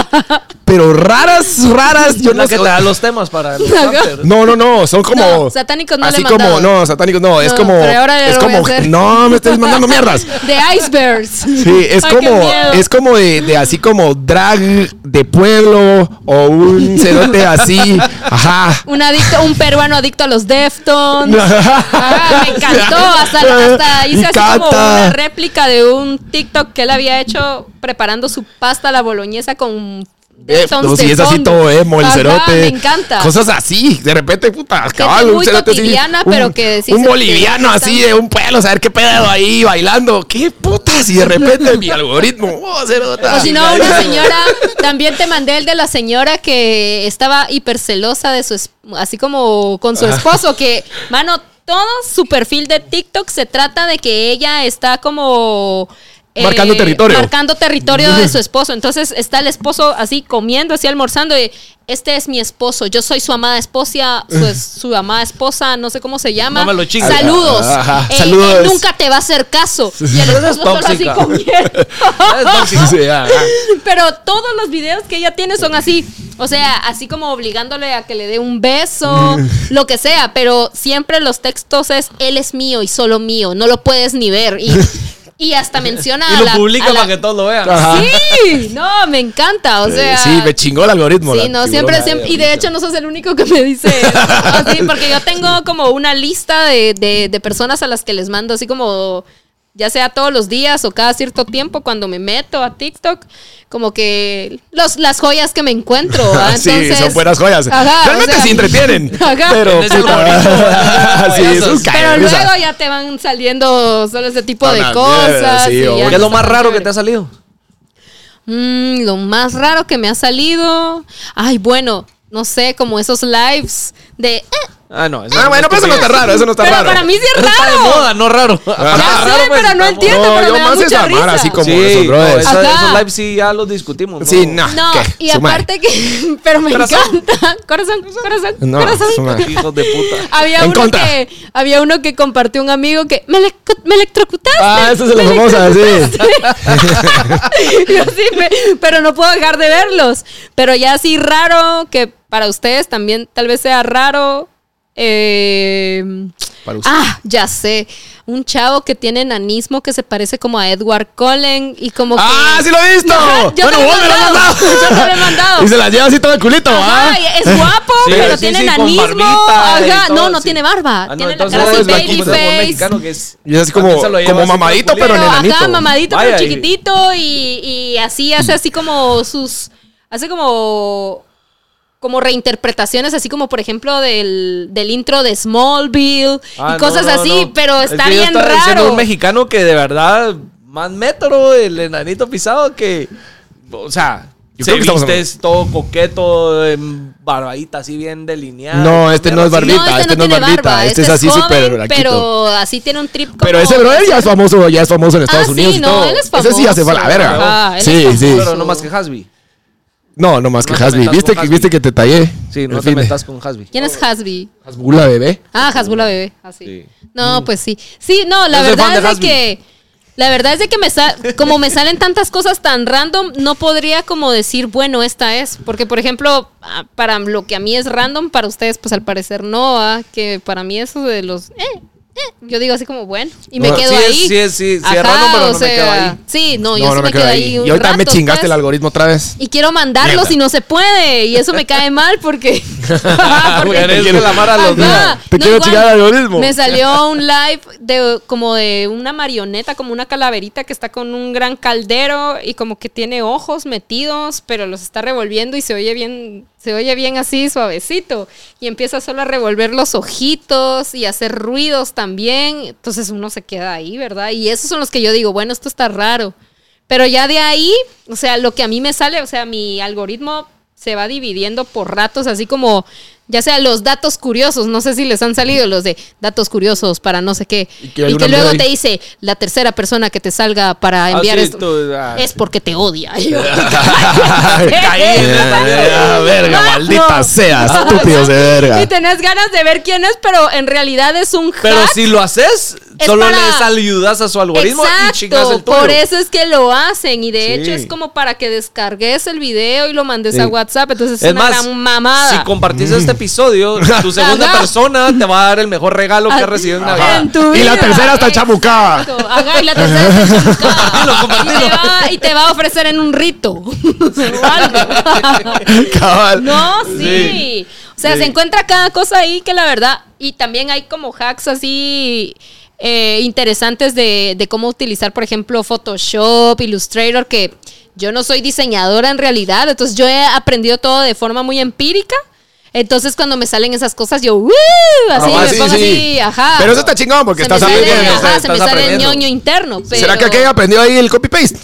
Pero raras, raras. Yo
Es la
no
que
sé.
te da los temas para los hunters.
No, no, no, son como.
No, satánicos no le he
Así como,
mandado.
no, satánicos no, es
No,
como.
pero ahora ya
es
lo voy a
como.
hacer.
No, me estás mandando mierdas.
De icebergs.
Sí, es
Ay, qué
como,
miedo.
es como de, de así como drag de pueblo o un cerote así. Ajá.
Un adicto, un peruano adicto a los Deftones. Ah, me encantó. Hasta, hasta
Y
hice así como
canta.
una réplica de un TikTok que él había hecho preparando su pasta a la boloñesa con
Eh,
Sons
no,
de
si es así
fondo.
todo emo, el
Ajá,
cerote.
Ah, me encanta.
Cosas así, de repente, puta, cabal,
muy
un cerote así,
cotidiana,
un-
pero que decís,
Un boliviano
que-
así de un pueblo, a ver qué pedo ahí bailando. ¿Qué putas? Y de repente mi algoritmo, oh, cerota.
O si no, una señora, también te mandé el de la señora que estaba hipercelosa de su, es- así como con su esposo, que, mano, todo su perfil de TikTok se trata de que ella está como... eh,
Marcando territorio.
Marcando territorio de su esposo. Entonces está el esposo así comiendo, así almorzando. Y, este es mi esposo. Yo soy su amada esposa, su, es- su amada esposa, no sé cómo se llama.
No me lo chingues.
Saludos.
Ajá,
Eh,
saludos.
él nunca te va a hacer caso. Y el esposo solo así
tóxica.
comiendo.
Es tóxico.
Pero todos los videos que ella tiene son así. O sea, así como obligándole a que le dé un beso, lo que sea. Pero siempre los textos es, él es mío y solo mío. No lo puedes ni ver. Y, y hasta menciona
Y
a
lo
la-
publica
a la-
para que todos lo vean.
Sí, no, me encanta. O sea...
sí, me chingó el algoritmo.
Sí,
la
no,
tiburona
siempre,
de
siempre. Y de
ahorita.
hecho, no sos el único que me dice eso. Así, porque yo tengo como una lista de, de- de personas a las que les mando, así como, ya sea todos los días o cada cierto tiempo, cuando me meto a TikTok, como que los, las joyas que me encuentro. ¿va?
Sí,
Entonces,
son buenas joyas.
Ajá, o
Realmente
sea,
sí entretienen.
Ajá.
Pero,
Tenés el
puta.
algoritmo.
sí, eso es
Pero
caer de risa.
luego ya te van saliendo solo ese tipo de
Una mierda,
cosas.
sí,
y
o
ya
bueno.
¿Qué es lo más
está
raro que
chévere.
te ha salido?
Mm, lo más raro que me ha salido. Ay, bueno, no sé, como esos lives de. eh,
Ah, no.
Ah, bueno, pero eso no está raro, eso no está
pero
raro.
para mí sí es
Está de
raro.
moda, no raro.
Ajá.
Ya
Ah,
sé,
raro,
pero no entiendo,
No,
pero
yo
me da
más es
mucha
amar
risa.
así como
Sí,
esos
no,
brothers.
eso-
Ajá.
esos lives sí ya los discutimos. ¿no?
Sí, no.
No,
¿qué?
y
Su madre.
aparte que, pero me
Corazón.
encanta. Corazón, corazón,
No, su
corazón.
madre.
Hijos de puta.
Había
En
uno,
contra.
que, había uno que compartió un amigo que me, le- me electrocutaste.
Ah, esa es la
me
famosa, sí.
Y así me- pero no puedo dejar de verlos. Pero ya así raro, que para ustedes también tal vez sea raro. eh,
Para usted.
ah, ya sé. Un chavo que tiene enanismo que se parece como a Edward Cullen y como que.
¡Ah, sí lo he visto!
Ajá, yo te
bueno,
lo he
vos me lo has
mandado.
mandado.
Yo te lo he mandado.
Y se la lleva así todo el culito,
Ajá,
¿ah?
y es guapo,
Sí,
pero
sí,
tiene
sí, con
enanismo.
barbita y
Ajá, no,
todo,
no
sí.
tiene barba.
Ah, no,
tiene la
entonces
cara
es
así
baby
baby
como el
face.
mexicano que es-
Y es así
Aquí
como,
se lo lleva
como
así todo
mamadito, pero
culito.
en
Pero
enanito.
acá mamadito, pero
Vaya, y-
chiquitito y, y así hace así como sus. Hace como. Como reinterpretaciones, así como por ejemplo del, del intro de Smallville
Ah,
y cosas
no, no,
así,
no.
pero
Es
está
que yo
bien
estaba diciendo
raro.
un mexicano que de verdad, más metro, el enanito pisado que. O sea.
Yo
se
creo que estamos
viste
hablando-
es todo coqueto, em, barbadita así bien delineada.
No, este no es
Así.
barbita, este no es
tiene
barbita, este es así
joven,
súper blanquito.
Pero así tiene un trip como.
Pero ese brother ya es famoso, ya es famoso en Estados
Ah, sí,
Unidos y
no,
todo.
él es
Ese sí ya se fue a la
famoso.
verga.
Ajá, él
sí,
es
sí.
famoso.
Pero no más que Hasby.
No, no más que
No te
Hasby.
metas
¿Viste
con
que,
Hasbi.
viste que te tallé?
Sí, no
El
te
fin de-
metas con Hasby.
¿Quién es Hasby?
Hasbula, bebé.
Ah, Hasbula bebé, así.
Mm. Sí. Mm.
No, pues sí. Sí, no, la
Yo soy
verdad
fan de
es de
Hasbi.
que la verdad es de que me sa- como me salen tantas cosas tan random, no podría como decir, bueno, esta es, porque por ejemplo, ah, para lo que a mí es random, para ustedes pues al parecer no, ah, que para mí eso de los eh, eh, yo digo así como, bueno, y me
No,
quedo
sí es-
ahí.
sí es- sí- sí es
Ajá,
random, pero
o
no me quedo
sea,
ahí.
Sí, no, yo sí me, quedo ahí. un
Y ahorita me
rato,
chingaste
pues.
el algoritmo otra vez.
Y quiero mandarlos
Mierda.
y no se puede. Y eso me cae mal porque.
Ah,
Ah,
Porque es que la mara los
Ajá.
vea. Te quiero
igual,
chingar el algoritmo.
Me salió un live de como de una marioneta, como una calaverita que está con un gran caldero y como que tiene ojos metidos, pero los está revolviendo y se oye bien, se oye bien así suavecito. Y empieza solo a revolver los ojitos y a hacer ruidos también. Entonces uno se queda ahí, ¿verdad? Y esos son los que yo digo, bueno, esto está raro. Pero ya de ahí, o sea, lo que a mí me sale, o sea, mi algoritmo se va dividiendo por ratos, así como, ya sea los datos curiosos, no sé si les han salido los de datos curiosos para no sé qué. Y
Y
que,
que hay una
luego
mierda ahí.
te dice, la tercera persona que te salga para enviar
sí,
esto
tú, ah,
es porque te odia. Y yo,
Caí. Ah, verga,
No.
maldita sea, estúpidos de
Y
verga.
tenés ganas de ver quién es, pero en realidad es un hack.
Pero si lo haces,
Es
solo
para-
le ayudas a su algoritmo y chingas el tuyo.
por eso es que lo hacen y de hecho es
Sí.
como para que descargues el video y lo mandes
Sí.
a WhatsApp, entonces es,
Es
una
más,
gran mamada.
si compartís
Mm.
este episodio, tu segunda
Ajá.
persona te va a dar el mejor regalo que has recido en Navidad.
Ah, En tu
Y la
vida.
tercera está
Exacto.
chamucada.
Ajá, y la tercera está chamucada.
Compartilo, compartilo.
Y te va- Y te va a ofrecer en un rito. o algo.
Cabal.
No, sí. O sea, se encuentra cada cosa ahí que la verdad. Y también hay como hacks así. eh, interesantes de, de cómo utilizar, por ejemplo, Photoshop, Illustrator, que yo no soy diseñadora en realidad, entonces yo he aprendido todo de forma muy empírica. Entonces cuando me salen esas cosas, yo, ¡Woo! Así,
Ah,
me
sí,
pongo
sí.
así, ajá.
Pero eso está chingón porque
Se me
estás
sale,
aprendiendo.
ajá, se
estás
me sale el
aprendiendo.
ñoño interno. Pero
¿Será que aquella aprendió ahí el copy-paste?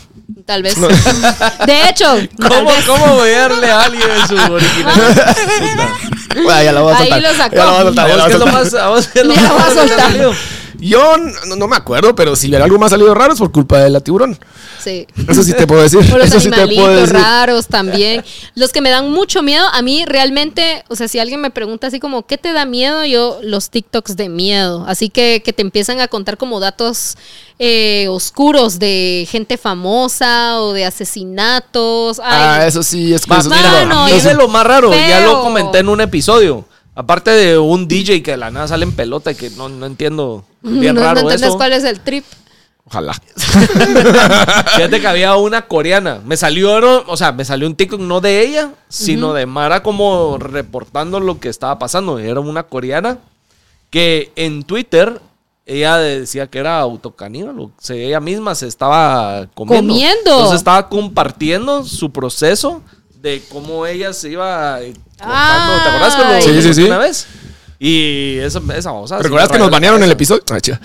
Tal vez. De hecho, tal
¿Cómo,
vez.
¿Cómo verle a alguien en su original?
Ah, ya la voy a
Ahí
soltar.
lo sacó.
Ya la voy a
¿A
soltar, ya la
vos
voy
qué
a
es lo
soltar.
más, a vos qué es lo
Me la
más
voy a
que te ha
soltar.
salido?
Yo no, no me acuerdo, pero si algo más ha salido raro es por culpa de la tiburón.
Sí.
Eso sí te puedo decir.
O los
Eso sí te puedo
animalitos
decir.
raros también. Los que me dan mucho miedo, a mí realmente, o sea, si alguien me pregunta así como, ¿qué te da miedo? Yo, los TikToks de miedo. Así que, que te empiezan a contar como datos eh, oscuros de gente famosa o de asesinatos. Ay,
Ah, eso sí, es que
Va,
eso
mira,
sí,
Mano,
a mí
eso-
de lo más raro, ya
feo.
lo comenté en un episodio. Aparte de un DJ que de la nada sale en pelota, que no, no entiendo bien
no, no
raro
entendés
eso.
cuál es el trip.
Ojalá.
Fíjate que había una coreana. Me salió, ¿no? o sea, me salió un TikTok no de ella, sino de Mara como reportando lo que estaba pasando. Era una coreana que en Twitter ella decía que era autocaníbal. O sea, ella misma se estaba comiendo.
Comiendo.
Entonces estaba compartiendo su proceso de cómo ella se iba eh, cortando. ¿Te acuerdas que lo
Ay.
Sí, sí,
conté
sí.
una vez? Y esa, esa babosada,
¿Recordás
sí,
que nos
rayó la
banearon el
cabeza.
episodio? Ah, chido.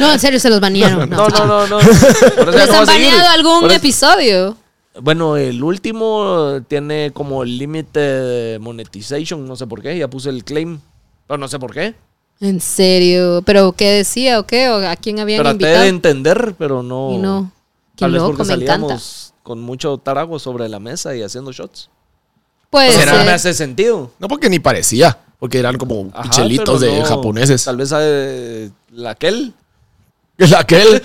No, en serio, se los banearon.
No,
No.
no, no, no. Por
¿Les
eso ya no va a
han
seguir.
baneado algún
Por eso-
episodio?
Bueno, el último tiene como límite de monetization, no sé por qué, ya puse el claim, pero no sé por qué.
En serio. ¿Pero qué decía o qué? ¿O a quién habían
Traté
invitado?
de entender, pero no.
Y no. Qué
Tal vez
loco,
porque
me encanta.
salíamos con mucho tarago sobre la mesa y haciendo shots.
Puede
Pero no me
ser.
hace sentido.
No porque ni parecía, porque eran como
Ajá,
pichelitos
pero
de
no.
japoneses.
Tal vez eh, la aquel,
El aquel.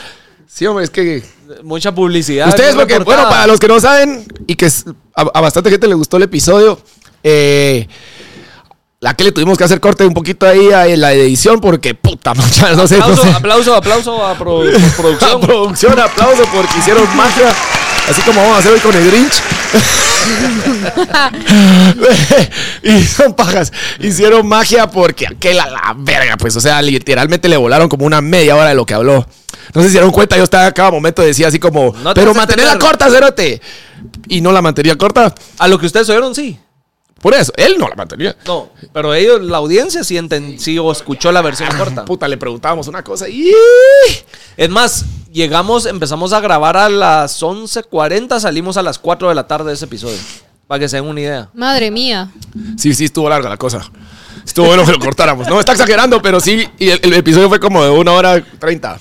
Sí, hombre, es que.
mucha publicidad.
Ustedes,
bien
porque, bueno,
reportada.
para los que no saben y que s- a, a bastante gente le gustó el episodio, eh, la que le tuvimos que hacer corte un poquito ahí a en la edición porque puta muchas, no sé. no
Aplauso,
sé.
aplauso, aplauso a pro- por
¿eh? A
producción.
producción, aplauso porque hicieron magia. Así como vamos a hacer hoy con el Grinch. y son pajas. Hicieron magia porque aquel a la verga, pues. O sea, literalmente le volaron como una media hora de lo que habló. No se hicieron cuenta, yo estaba a cada momento decía así como,
No te
pero
vas a
mantenerla
enterar".
corta, cerote. Y no la mantenía corta.
A lo que ustedes oyeron, sí.
Por eso, él no la mantenía.
No, pero ellos, la audiencia sí, enten- sí o escuchó la versión corta.
Puta, le preguntábamos una cosa y.
Es más, llegamos, empezamos a grabar a las 11.40, salimos a las 4 de la tarde de ese episodio. Para que se den una idea.
Madre mía.
Ah.
Sí, sí, estuvo larga la cosa. Estuvo bueno que lo cortáramos. No, está exagerando, pero sí, y el, el episodio fue como de una hora treinta.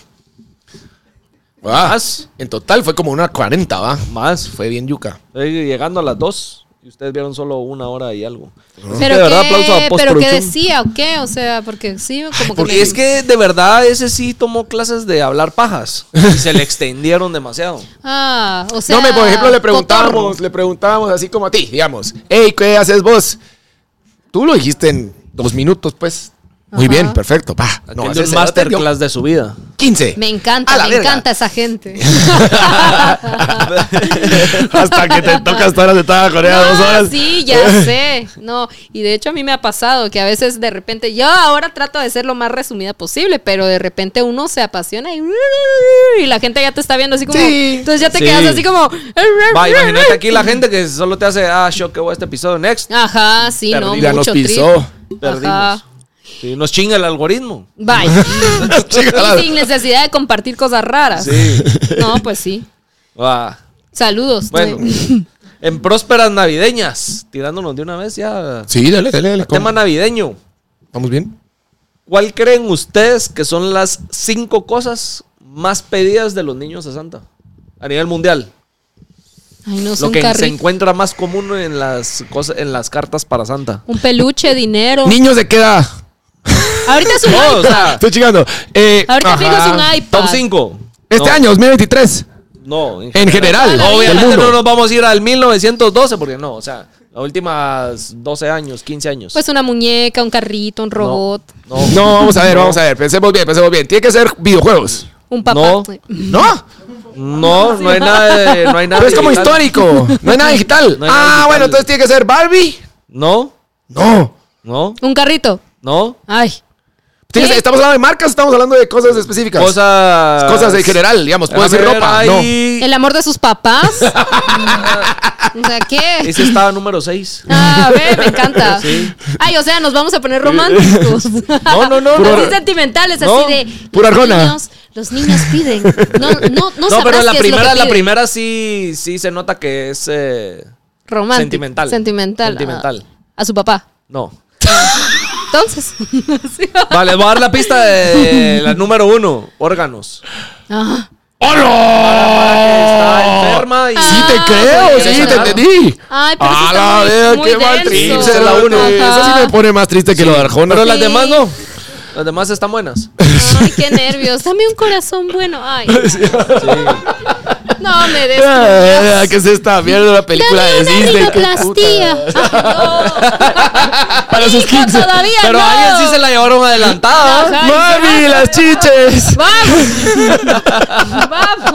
Ah,
Más.
en total fue como una cuarenta, ¿va?
Más.
Fue bien yuca.
Eh, Llegando a las 2 y ustedes vieron solo una hora y algo. Es que
Pero,
de
qué,
verdad, aplauso a
pero qué
postproducción.
decía o qué, o sea, porque sí, como que...
Porque
me-
es que de verdad ese sí tomó clases de hablar pajas. Y se le extendieron demasiado.
Ah, o sea...
no, me, por ejemplo, le preguntábamos,
cotorro.
le preguntábamos así como a ti, digamos, hey, ¿qué haces vos? Tú lo dijiste en dos minutos, pues. Muy
Ajá.
bien, perfecto, va.
No,
haces
es
el
masterclass de su vida.
15.
Me
A
encanta,
la
me
verga.
encanta esa gente.
Hasta que te tocas todas las de toda Corea
No,
dos horas. Eh.
Sí, ya sé. No, y de hecho a mí me ha pasado que a veces de repente, yo ahora trato de ser lo más resumida posible, pero de repente uno se apasiona y, y la gente ya te está viendo así como.
Sí.
Entonces ya te
Sí.
quedas así como.
Va, imagínate aquí la gente que solo te hace, ah, yo que voy a este episodio next.
Ajá, sí, no,
Perdida,
mucho
nos
trip.
pisó.
Ajá.
Perdimos. Sí, nos chinga el algoritmo.
Bye.
Chica, la-
Y sin necesidad de compartir cosas raras.
Sí.
No, pues sí.
Va.
Saludos.
Bueno, en prósperas navideñas, tirándonos de una vez ya.
Sí, dale, dale, dale.
Tema navideño.
¿Vamos bien?
¿Cuál creen ustedes que son las cinco cosas más pedidas de los niños a Santa a nivel mundial?
Ay, no sé,
Lo
un
que se
carrito.
encuentra más común en las cosas, en las cartas para Santa.
Un peluche, dinero.
Niños de qué edad?
Ahorita es un
Todo, o
iPad.
sea,
Estoy chingando. Eh,
Ahorita fijo es
ajá.
un iPad.
top 5.
Este año, 2023.
No,
En general. del
Obviamente
mundo.
no nos vamos a ir al 1912 porque no, o sea, las últimas 12 años, 15 años.
Pues una muñeca, un carrito, un
No,
robot,
No,
No, vamos a ver, vamos a ver. Pensemos bien, pensemos bien. Tiene que ser videojuegos.
un papá.
No.
¿No?
no, no hay nada de- no hay nada
Pero es como
digital.
histórico. No hay nada digital.
No hay
ah,
nada digital.
bueno, entonces tiene que ser Barbie.
No,
No.
no,
Un carrito.
no.
Ay.
Sí, Estamos hablando de marcas, estamos hablando de cosas específicas.
Cosas.
Cosas en general, digamos. Puede
A
Pues
ser
ver,
ropa.
ahí-
El amor de sus papás. o sea, ¿qué?
Ese estaba número 6.
Ah, a ver, me encanta. Ay, o sea, nos vamos a poner románticos.
No, no, no, no.
Así sentimentales,
No,
así de.
pura
los
argona.
niños- Los niños piden. No, no, no,
No, pero
sabrás qué
la
es lo que
primera, la
piden.
primera sí, sí se nota que es. eh,
Romántico.
Sentimental.
Sentimental.
Sentimental.
A, a su papá.
no.
Entonces. sí.
Vale, voy a dar la pista de la número uno, órganos.
Ah,
Está enferma y.
No. Sí, te creo,
pues,
sí,
ya
te
está.
entendí.
Ay, pero eso
A
está
la
muy-
vez,
muy
qué mal
denso.
triste.
Esa es la uno.
Ajá.
Esa sí me pone más triste que lo de Arjona.
Pero las
Sí.
demás no. Las demás están buenas.
Ay, qué nervios. Dame un corazón bueno. Ay. No me des.
Ah, ¿Qué es esta mierda? Una película
Dame
de
una
Disney. qué
rinoplastia. Ay, no.
Para sus
Hijo,
quince.
todavía
Pero
no.
a alguien sí se la llevaron adelantada.
Ajá,
¡Mami,
exacto.
las chiches!
Vamos. Vamos.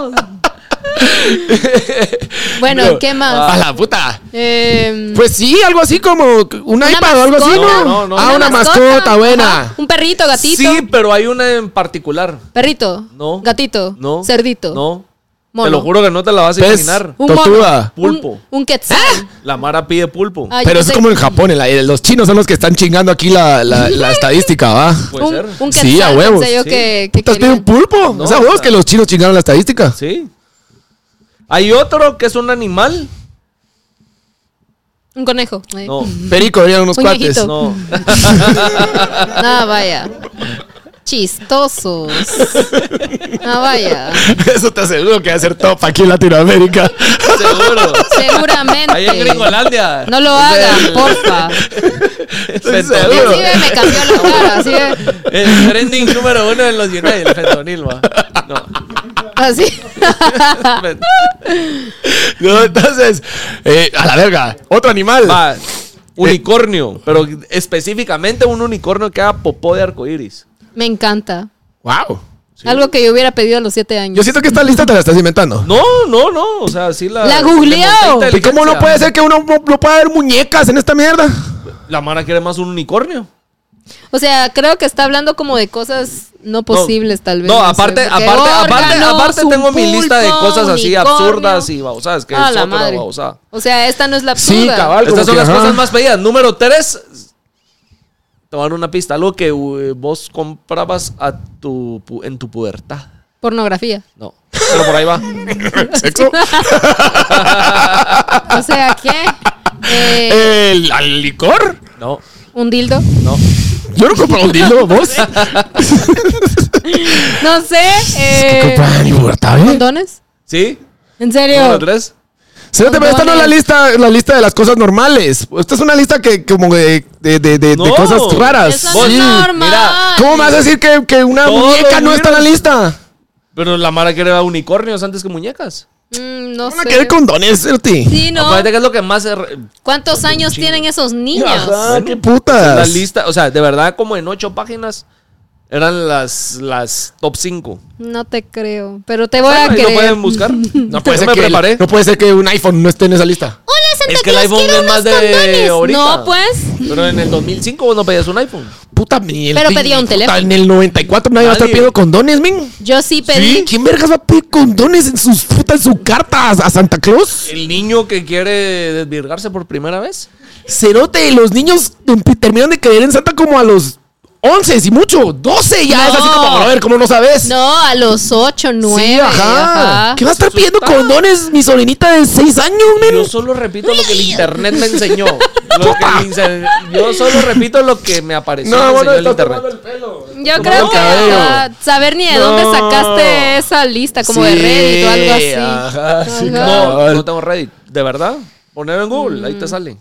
Bueno, ¿qué
¡A
más?
la puta!
Em,
Eh,
Pues sí, algo así como un
¿una
iPad o algo así,
mascota?
¿no?
No, no, no.
Ah, una, mascota,
Ajá.
buena.
Un perrito, gatito.
Sí, pero hay una en particular.
Perrito.
No.
Gatito.
No.
Cerdito.
No.
Mono.
Te lo juro que no te la vas a
Pez,
imaginar.
Un mono.
tortuga.
Pulpo.
Un, un quetzal.
La Mara pide pulpo.
Ay,
Pero
yo
eso es
pensé-
como en Japón, en la- eh, los chinos son los que están chingando aquí la, la- la estadística, ¿va?
Puede
un,
ser.
un
Sí,
quetzal.
a huevos.
pensé yo
Sí.
que, que
Puta, tiene
querían.
un pulpo.
No,
o sea, huevos
está-
que los chinos chingaron la estadística.
Sí. Hay otro que es un animal.
Un conejo. Ay.
No,
Perico, venían unos
Un
cuates.
viejito.
no.
Ah, vaya. Chistosos. Ah, vaya.
Eso te aseguro que va a ser top aquí en Latinoamérica.
Seguro. Ahí en
Seguramente.
Gringolandia.
No lo hagan, porfa.
Estoy
Y
seguro.
así ve, me cambió la cara. Así, ve.
El trending número uno en los United, el fentonil, va. No.
así.
No, entonces, eh, a la verga. Otro animal.
Va. Unicornio, pero específicamente un unicornio que haga popó de arcoiris.
Me encanta.
Wow.
Algo que yo hubiera pedido a los siete años.
Yo siento que esta lista te la estás inventando.
No, no, no. O sea, sí la.
La googleó.
le monté
¿Y
inteligencia.
cómo no puede ser que uno no, no pueda ver muñecas en esta mierda?
La Mara quiere más un unicornio.
O sea, creo que está hablando como de cosas no posibles, tal vez.
No,
sé,
aparte,
porque
aparte, aparte,
órganos,
aparte
un
tengo mi lista de
pulpo,
cosas así
unicornio.
absurdas y babosadas, que
Ah,
es
la
otra
madre.
babosada.
O sea, esta no es la absurda.
Sí, cabal. como
Estas son
que,
las
ajá.
cosas más pedidas. Número 3. Te voy a dar una pista. Algo que eh, vos comprabas a tu, pu- en tu pubertad.
Pornografía.
No. Pero por ahí va.
¿Sexo?
O sea, ¿qué? Eh,
¿El, al licor?
No,
¿Un dildo?
no.
Yo no compraba un dildo, vos.
Eh. No sé. Eh,
Compraba mi pubertad, ¿eh?
¿Condones?
¿Sí?
¿En serio?
Número 3.
Espérate, pero esta no es la lista, la lista de las cosas normales. Esta es una lista que como de, de, de, de- de
No.
cosas raras.
Eso no es
Sí.
normal.
mira,
¿Cómo me vas a decir que, que una
Todo
muñeca no está en la
virus.
lista?
Pero la Mara quiere a unicornios antes que muñecas.
Mm, no
Van a
sé.
querer condones, Certi.
Sí, ¿no?
Acuérdate que es lo que más. se re-
¿Cuántos años tienen esos niños?
Ajá, qué
Ah, La
putas.
lista, o sea, de verdad, como en 8 páginas. Eran las, las top 5.
No te creo. Pero te voy a
pues, lo
creer.
pueden buscar.
No puede,
Yo
ser
me
que el-
preparé.
no puede ser que un iPhone no esté en esa lista.
Hola, Santa
Es que el
Claus,
iPhone
quiero
es más
unos
de
condones.
ahorita.
No, pues.
Pero en el 2005 vos no pedías un iPhone.
Puta, ni el-
Pero pedía un
puta,
teléfono.
En el 94 nadie va a estar
Nadie.
pidiendo condones, men.
Yo sí pedí.
¿Quién vergas va a pedir condones en sus putas, en su carta a, a Santa Claus?
El niño que quiere desvirgarse por primera vez.
Cerote, los niños empe- terminan de creer en Santa como a los 11 y mucho, 12 ya.
No.
Es así como, a ver, ¿cómo no sabes?
No, a los 8, 9.
Sí, ajá.
ajá.
¿Qué va a estar
Eso
pidiendo
está.
condones mi sobrinita de 6 años, men?
Yo solo repito lo que el internet me enseñó. Lo que el inse- yo solo repito lo que me apareció en
bueno,
el
estás
internet.
Yo creo
el
que
cabello.
ajá, saber ni de dónde
No.
sacaste esa lista, como de
Sí,
Reddit o algo así.
ajá, sí,
Ajá.
No, no tengo Reddit. ¿De verdad? Ponelo en Google, ahí te sale.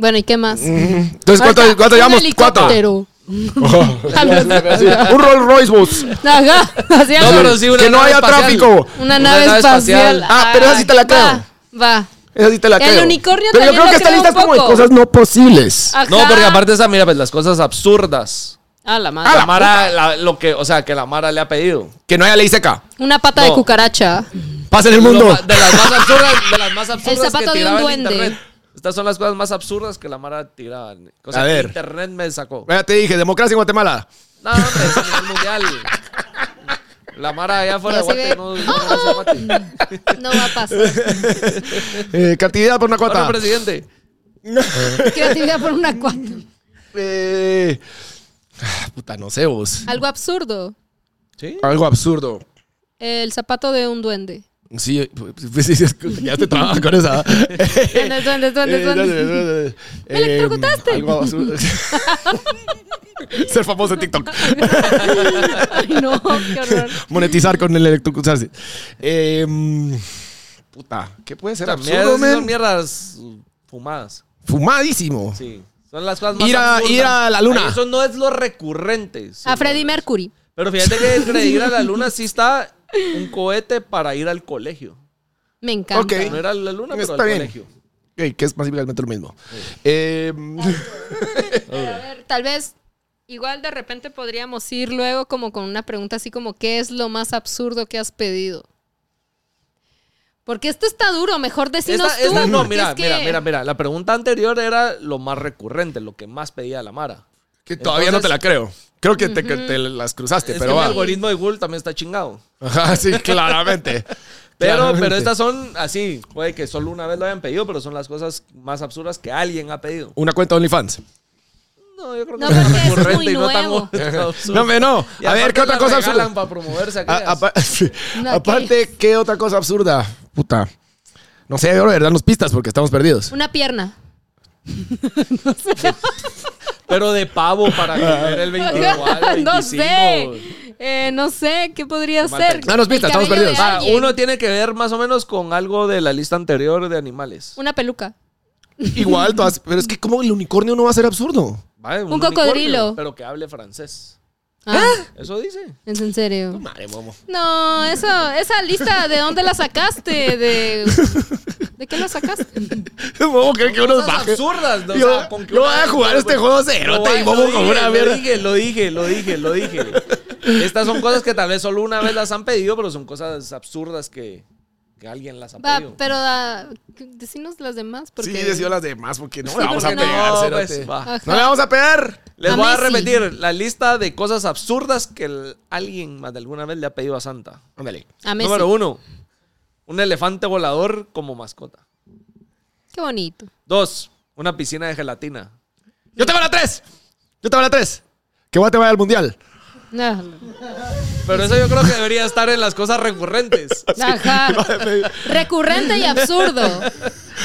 Bueno, ¿y qué más?
Entonces, Mm. ¿cuánto,
Ahorita,
cuánto
un
llevamos? Cuatro.
helicóptero. Algo así.
Un Rolls Royce, vos.
Ajá, así
No,
algo.
pero sí una
Que no
nave
haya
espacial.
tráfico.
Una nave espacial.
Ah, pero esa sí te la creo.
va, Va.
Esa sí te la
El
creo.
unicornio
Pero
también
yo creo
lo
que esta
creo
lista
un
es como de
poco.
cosas no posibles.
Ajá.
No, porque aparte esa, mira, pues las cosas absurdas.
Ah, la madre.
La Mara, la- lo que, o sea, que la Mara le ha pedido.
Que no haya ley seca.
Una pata de
No.
cucaracha.
Pasa en el
Lo
mundo.
ma- de las más absurdas, de las más absurdas
zapato
que
de un
tiraba el
duende.
internet. Estas son las cosas más absurdas que la Mara tiraba. Cosa
A
que
ver.
Internet me sacó.
Ya te dije, democracia en Guatemala.
No, hombre, es a nivel mundial. La Mara allá afuera de
Así
Guate
de-
no, no hace
Oh,
guate.
No va a pasar.
Eh, captividad por una cuota.
Bueno, presidente.
Creatividad por una cuarta.
Eh, ah, puta, no sé vos.
Algo absurdo.
Algo absurdo.
El zapato de un duende.
Sí, pues, sí, sí, es- ya te trabajas con esa.
Duendes, duendes, duendes,
Eh,
duendes.
eh, eh,
Me electrocutaste.
algo absurdo. Ser famoso en TikTok.
Ay, no, qué horror.
Monetizar con el electrocutarse. Eh, mm, puta, ¿qué puede ser absurdo,
Mierdas, son
man?
mierdas uh, fumadas.
Fumadísimo.
Sí. Son las cosas más
Ir a-
absurdas.
ir a la luna.
Ay, eso no es lo recurrente. sí,
A Freddie
no,
Mercury.
Pero fíjate que entre ir a la luna sí está un cohete para ir al colegio.
Me encanta.
Ok.
No era a la luna, pero
Está
al
bien.
colegio.
Ok, que es básicamente lo mismo. Eh,
A ver, tal vez igual de repente podríamos ir luego como con una pregunta así como ¿qué es lo más absurdo que has pedido? Porque esto está duro, mejor decinos
Esta-
tú.
esta- no,
porque
mira,
es que-
mira, mira, mira. La pregunta anterior era lo más recurrente, lo que más pedía la Mara.
que todavía no te la creo. Creo que te, que te las cruzaste,
Es que
pero
el
va.
algoritmo de Google también está chingado.
Ajá, sí, claramente.
Pero,
Claramente.
pero estas son así, puede que solo una vez lo hayan pedido, pero son las cosas más absurdas que alguien ha pedido.
Una cuenta de OnlyFans.
No, yo creo
No, porque es
recurrente
muy
y no tan
nuevo.
absurdo.
No, hombre, no.
Y
A ver,
aparte
¿qué otra
las
cosa
regalan
absurda?
para promoverse aquellas.
A- apa-
No,
Aparte, ¿qué otra cosa absurda? Puta. No sé, bro, danos pistas porque estamos perdidos.
Una pierna.
Pero de pavo para comer el 24, el 25.
no sé. Eh, no sé, ¿qué podría
Mata el
ser?
Ah, nos viste,
El
estamos
cabello de
perdidos.
Va,
alguien.
uno tiene que ver más o menos con algo de la lista anterior de animales.
Una peluca.
Igual, todas- pero es que como el unicornio no va a ser absurdo.
Va,
Un cocodrilo.
Pero que hable francés.
Ah,
Eso dice.
¿Es en serio? No, eso, esa lista, ¿de dónde la sacaste? ¿De, ¿de qué la sacaste?
Vamos a creer que unos
Cosas
baje.
absurdas, ¿no? O
Yo,
sea, con que
yo voy
una-
a jugar este juego cero,
Lo
te
va-
bobo
lo
con
dije,
una mierda.
Lo dije, lo dije, lo dije, lo dije. Estas son cosas que tal vez solo una vez las han pedido, pero son cosas absurdas que, que alguien las ha
Va,
pedido.
pero ah, decinos las demás. Porque...
Sí, decido las demás porque no
Sí,
le vamos a
porque no,
pegar, cerote.
pues, va.
Ajá.
No le vamos a pegar.
Les
A
voy a
Messi.
repetir la lista de cosas absurdas que el- alguien más de alguna vez le ha pedido a Santa.
Ándale.
A Messi.
Número uno, un elefante volador como mascota.
Qué bonito.
Dos, una piscina de gelatina.
Yo te voy a la tres. Yo te voy a la tres. Que voy a te vaya al mundial.
Ah,
Pero eso yo creo que debería estar en las cosas recurrentes.
Ajá. Recurrente y absurdo.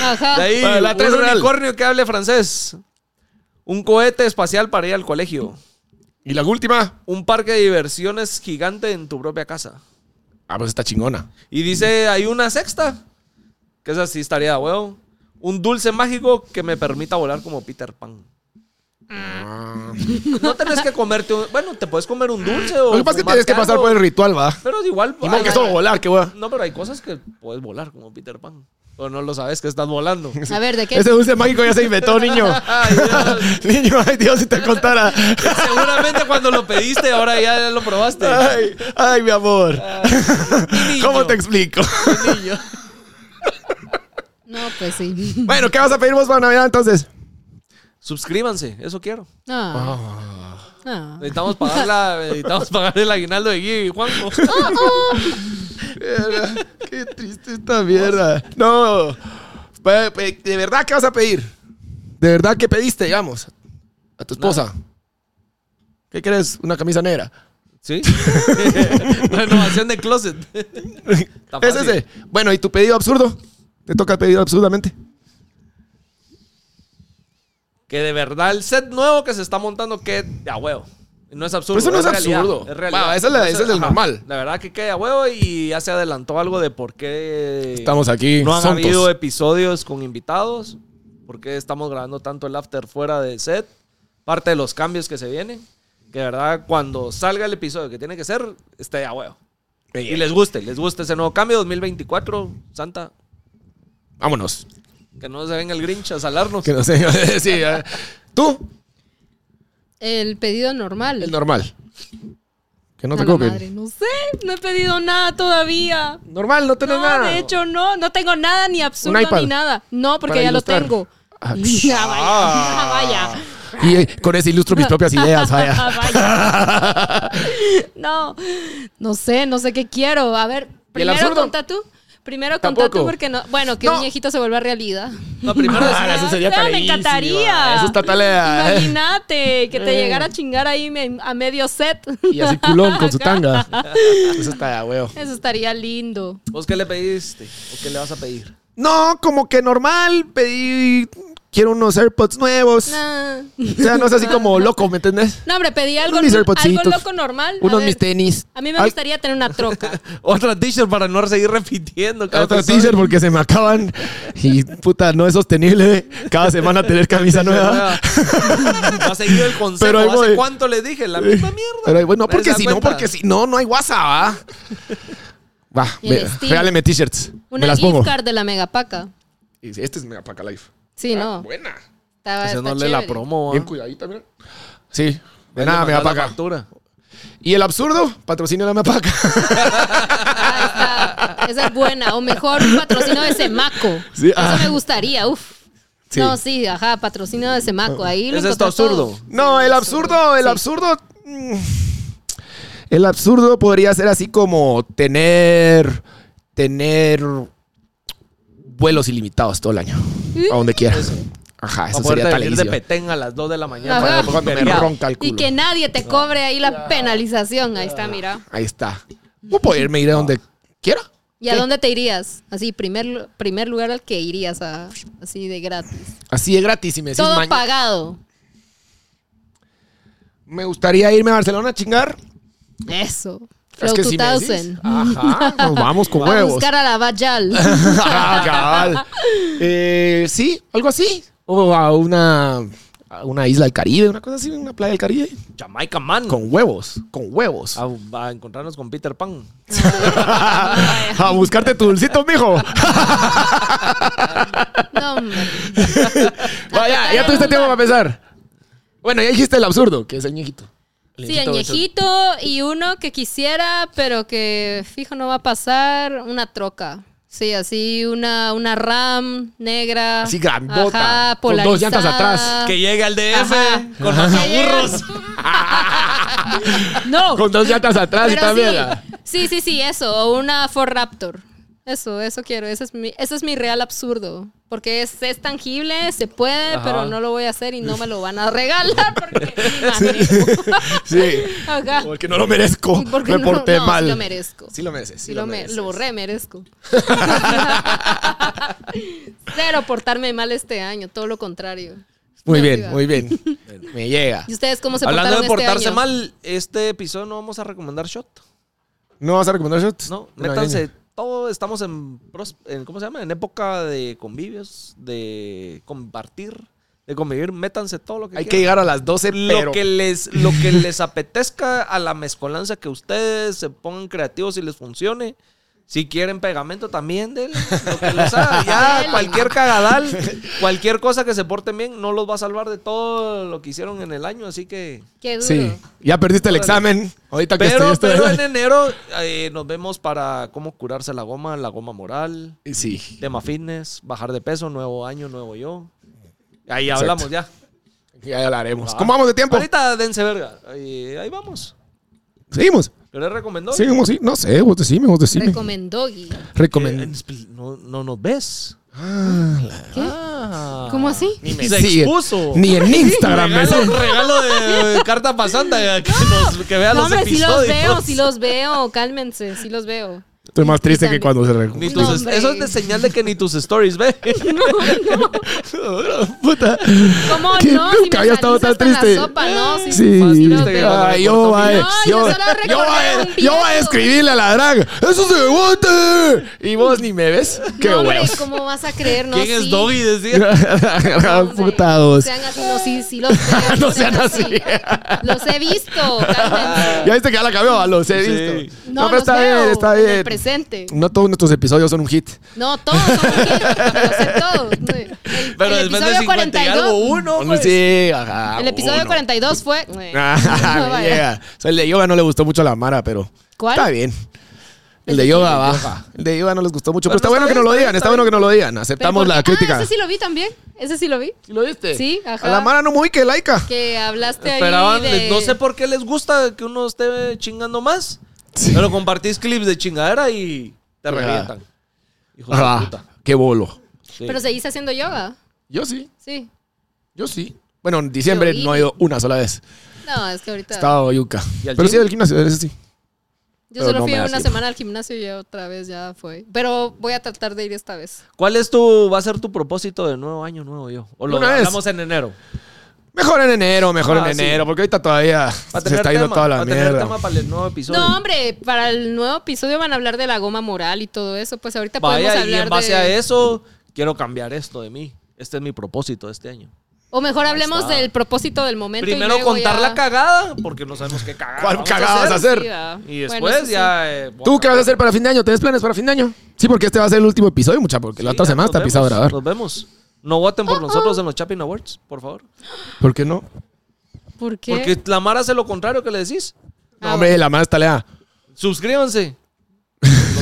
Ajá.
De ahí,
Bueno, la tres
un
real.
unicornio que hable francés. Un cohete espacial para ir al colegio.
Y la última.
Un parque de diversiones gigante en tu propia casa.
Ah, pues está chingona.
Y dice, hay una sexta. Que esa sí estaría de huevo. Un dulce mágico que me permita volar como Peter Pan. No tenés que comerte un... Bueno, te puedes comer un dulce o...
Lo que pasa es que tienes que
fumarte
pasar
algo,
por el ritual, va.
Pero igual...
Y no
hay-
que esto volar, qué hueva.
No, pero hay cosas que puedes volar como Peter Pan. O no lo sabes que estás volando.
A ver, ¿de qué?
Ese dulce mágico ya se inventó, niño.
Ay, Dios.
niño, ay Dios, si te contara.
Este.
Seguramente cuando lo pediste, ahora ya lo probaste.
Ay, ay, mi amor. ¿Cómo te explico?
No, pues sí.
bueno, ¿qué vas a pedir vos para Navidad entonces?
Suscríbanse, eso quiero.
No.
Ah.
No.
Necesitamos pagar, la, necesitamos pagar el aguinaldo de Gui y Juanjo.
Mierda, Qué triste esta mierda. No. Pe- pe- ¿De verdad qué vas a pedir? ¿De verdad qué pediste, digamos? A tu esposa. ¿Qué crees? Una camisa negra.
¿Sí? Renovación de closet. Está
Es
fácil.
ese. Bueno, ¿y tu pedido absurdo? ¿Te toca el pedido absurdamente?
Que de verdad el set nuevo que se está montando que de a huevo. No es absurdo.
Pero eso no es
realidad,
absurdo.
es realidad.
Va, esa es la-
Entonces,
ese es el
ajá,
normal.
La verdad que quede a huevo y ya se adelantó algo de por qué
Estamos aquí.
no han
sontos.
habido episodios con invitados. Por qué estamos grabando tanto el after fuera del set. Parte de los cambios que se vienen. Que de verdad cuando salga el episodio que tiene que ser, esté de a huevo. Y les guste, les guste ese nuevo cambio 2024, Santa.
Vámonos.
Que no se venga el Grinch a salarnos.
Que no sé. sí, eh. Tú,
El pedido normal.
el normal. Que no
A
te
la madre,
copen.
no sé, no he pedido nada todavía.
Normal, no tenés
No,
nada.
de hecho no, no tengo nada ni absurdo
iPad.
ni nada. No, porque
Para
ya
ilustrar.
lo tengo.
Ah,
Ya vaya, ya vaya.
Y eh, con eso ilustro mis propias ideas. vaya.
Vaya. No, no sé, no sé qué quiero. A ver, primero
absurdo?
contá tú. Primero contá tú
Tampoco.
porque no. Bueno, que
No.
un viejito se vuelva realidad.
No, primero es-
Ah, eso sería
No, me
taleísima.
encantaría.
Eso está talea. ¿eh?
Imagínate que te llegara a chingar ahí me- a medio set.
Y así culón con su tanga. Eso está a huevo.
Eso estaría lindo.
¿Vos qué le pediste? ¿O qué le vas a pedir?
No, como que normal. Pedí. Quiero unos AirPods nuevos.
Nah.
O sea, no es así como loco, ¿me entendés?
No, hombre, pedí algo,
mis
algo
AirPodsitos.
loco normal. A
Unos
ver,
mis tenis.
A mí me
Al-
gustaría tener una troca.
Otra t-shirt para no seguir repitiendo. cada
Otra
episodio.
t-shirt porque se me acaban. Y puta, no es sostenible eh, cada semana tener camisa nueva.
No ha seguido el consejo.
Pero ahí
¿Hace
voy.
cuánto le dije? La misma mierda.
Pero bueno,
Nadie se
porque
da
si no,
cuenta.
porque si no, no hay WhatsApp, ¿va? Va,
Y el
ve-
estilo.
regáleme t-shirts. Me
Una
las
gift
pongo.
card de la Megapaca.
Y dice, Este es Megapaca Life.
Sí,
Ah,
no.
Buena.
Estaba,
Ese
está
no le la
chévere.
promo.
Bien
¿va?
cuidadita, mira. Sí, de
Ahí
nada,
le mandás la
Megapaca.
factura.
Y el absurdo, patrocinio de la Megapaca.
Ah, está. Esa es buena. O mejor un patrocinio de Semaco.
Sí,
Eso
ah.
me gustaría. Uf.
Sí.
No, sí, ajá, patrocinio de Semaco. Ahí lo
Ese está
encontrás todo.
absurdo.
No, el absurdo, el
Sí.
absurdo. mm, El absurdo podría ser así como tener. Tener vuelos ilimitados todo el año. A donde quiera. Ajá,
Para
eso
poder
sería
venir de
talísimo.
Petén a las 2 de la mañana.
Ajá.
Para
Cuando me
Mira.
ronca el
Y
culo.
que nadie te cobre ahí la penalización. Ahí está, mira.
Ahí está. Voy a poderme ir a donde quiera.
¿Y a
¿Qué?
dónde te irías? Así, primer, lu- primer lugar al que irías a- así de gratis.
Así de gratis. Y me decís,
Todo
maña-
pagado.
me gustaría irme a Barcelona a chingar.
Eso.
Es
Flow
que si me decís,
2000.
Ajá, nos vamos con
a
huevos.
buscar a la Bajal.
Ah, cabal. Eh, sí, algo así. O a una, a una isla del Caribe, una cosa así, una playa del Caribe.
Jamaica Man.
Con huevos, con huevos.
A, a encontrarnos con Peter Pan.
Ah,
a buscarte tu dulcito, mijo.
No, hombre.
Vaya, ya tuviste tiempo para pensar. Bueno, ya dijiste el absurdo, que es el ñejito.
Sí, añejito y uno que quisiera, pero que fijo no va a pasar, una troca. Sí, así una, una RAM negra.
Así grandota,
Ajá,
con dos llantas
polarizada.
atrás.
Que llegue al DF
Ajá.
con los
Que llegue-
burros.
No.
Con dos llantas atrás y
pero sí,
también.
sí, sí, sí, eso. O una Ford Raptor. Eso, eso quiero. Ese es mi, ese es mi real absurdo. Porque es, es tangible, se puede,
Ajá.
pero no lo voy a hacer y no me lo van a regalar porque ni manejo.
Sí.
Ajá.
Porque no lo merezco.
Porque
me
no-
porté
no, sí
mal.
lo merezco.
Sí lo mereces.
Sí, lo, me,
mereces.
lo re merezco. Cero portarme mal este año, todo lo contrario.
Muy
No,
bien,
sí va.
muy bien. Me llega.
¿Y ustedes cómo se
Hablando de
portaron este
portarse
año?
mal, este episodio no vamos a recomendar shot.
¿No vas a recomendar shots?
No,
Navideño.
métanse. Todo estamos en, pros- en- ¿cómo se llama? En época de convivios, de compartir, de convivir. Métanse todo lo que
Hay que
quieran.
llegar a las 12, pero...
lo que les lo que les apetezca a la mezcolanza que ustedes se pongan creativos y les funcione. Si quieren pegamento también denle, lo que les haga. Ya
Denle.
cualquier cagadal, cualquier cosa que se porten bien no los va a salvar de todo lo que hicieron en el año, así que
Qué duro.
Sí, ya perdiste el examen. Ahorita que
pero,
estoy...
pero en enero eh, nos vemos para cómo curarse la goma, la goma moral,
Sí,
tema fitness, bajar de peso, nuevo año, nuevo yo. Ahí
Exacto.
hablamos ya.
ya lo
Ah.
haremos. ¿Cómo vamos de tiempo?
Ahorita dense verga. Ahí, ahí vamos.
Seguimos.
¿Yo les recomendó?
Seguimos, sí. No sé, vos decime, vos decime.
Recomendó Gui.
Ah,
Eh,
Recomendamos.
expli- no, no nos ves.
Ah,
Ah,
¿Qué? ¿Cómo así?
Ni me se
Eh,
expuso.
Ni en Instagram me
regalo,
sé.
regalo de eh, carta pasante eh, que, nos- que vean
No,
los
hombre, sí los
episodios.
veo, sí los veo. Cálmense, sí los veo.
Estoy más triste
Ni-
que cuando se
Ni
recomienda.
tus-
No, hombre.
eso es de señal de que ni tus stories ve.
Puta.
¿Cómo
Que
no? Si
nunca
me
había estado
salís hasta
tan
en la
triste.
sopa, ¿no? Sí,
Sí.
más triste
Ay,
que
yo
cuando
Ah,
me
yo
mi-
cortó
va a-
No,
yo-
yo solo recordé
yo va a-
un
yo va a
viejo.
escribirle a la draga. ¡Eso se bote! Y vos ni me ves. ¡Qué
no, hombre,
huevos!
¿cómo vas a creer? No,
¿Quién es
sí.
Doggy? Decía.
Hombre,
Putados.
Sean así, no, sí, sí los veo.
No sean así.
Los he visto. cálmense.
Ya viste que ya la cambió, los he
Sí.
visto.
No,
pero
los
está
veo
bien, está
en el
bien.
presente.
No todos nuestros episodios son un hit.
No, todos son un hit, pero los sé todos. El,
Pero
el
después de
episodio
50 y algo
42.
uno.
Uno
pues.
sí, ajá,
El episodio
uno.
42 fue.
Ah, me
Vaya.
llega. O sea, el de yoga no le gustó mucho a la Mara, pero
¿Cuál?
está bien. El de yoga va. El de yoga no les gustó mucho,
Pero
pero, está bueno
está
que
bien,
nos lo
está
digan,
bien,
está
está
bueno que nos lo digan.
Pero
Aceptamos
¿por
la
qué?
crítica.
Ah, ese sí lo vi también. Ese sí lo vi.
¿Sí lo viste?
Sí, ajá.
A la mara no muy que laica.
Que hablaste
Esperaban,
ahí de...
les- no sé por qué les gusta que uno esté chingando más. Pero compartís clips de chingadera y te revientan. Hijo de
Ah,
puta.
qué bolo.
Sí.
Pero seguís haciendo yoga.
Yo sí,
Sí.
yo sí. Bueno, en diciembre
Yo vi.
no he ido una sola vez.
No, es que ahorita...
Estaba yuca.
¿Y al
Pero sí,
gym?
el gimnasio, eso sí.
Yo
pero
solo
no
fui
me da
una
tiempo.
semana al gimnasio y ya otra vez ya fue. Pero voy a tratar de ir esta vez.
¿Cuál es tu, va a ser tu propósito de nuevo año, nuevo yo? O lo
Una vez.
hablamos en enero.
Mejor en enero, mejor
Ah,
en
sí.
enero, porque ahorita todavía
Va a
se
tener
está yendo
tema,
toda
va
la
a tener
mierda.
tema para el nuevo episodio.
No, hombre, para el nuevo episodio van a hablar de la goma moral y todo eso. Pues ahorita podemos
Vaya, y
hablar
en base
de...
a eso, quiero cambiar esto de mí. Este es mi propósito de este año.
O mejor hablemos
está.
del propósito del momento. y
Primero
luego
contar
ya-
la cagada, porque no sabemos qué cagada.
¿Cuál
vamos a
cagada vas a hacer?
Sí, va.
Y
Bueno,
después
eso sí.
ya. eh, voy
¿Tú qué vas a hacer para fin de año? ¿Tenés planes para fin de año? Sí, porque este va a ser el último episodio, mucha, porque la
Sí,
otra
ya,
semana
nos
está pisado a
vemos,
grabar.
Nos vemos. No voten
Ah,
por nosotros en los Chapin Awards, por favor.
¿Por qué no?
¿Por qué?
Porque la Mara hace lo contrario que le decís.
No,
Ah,
hombre, la más talea.
Suscríbanse.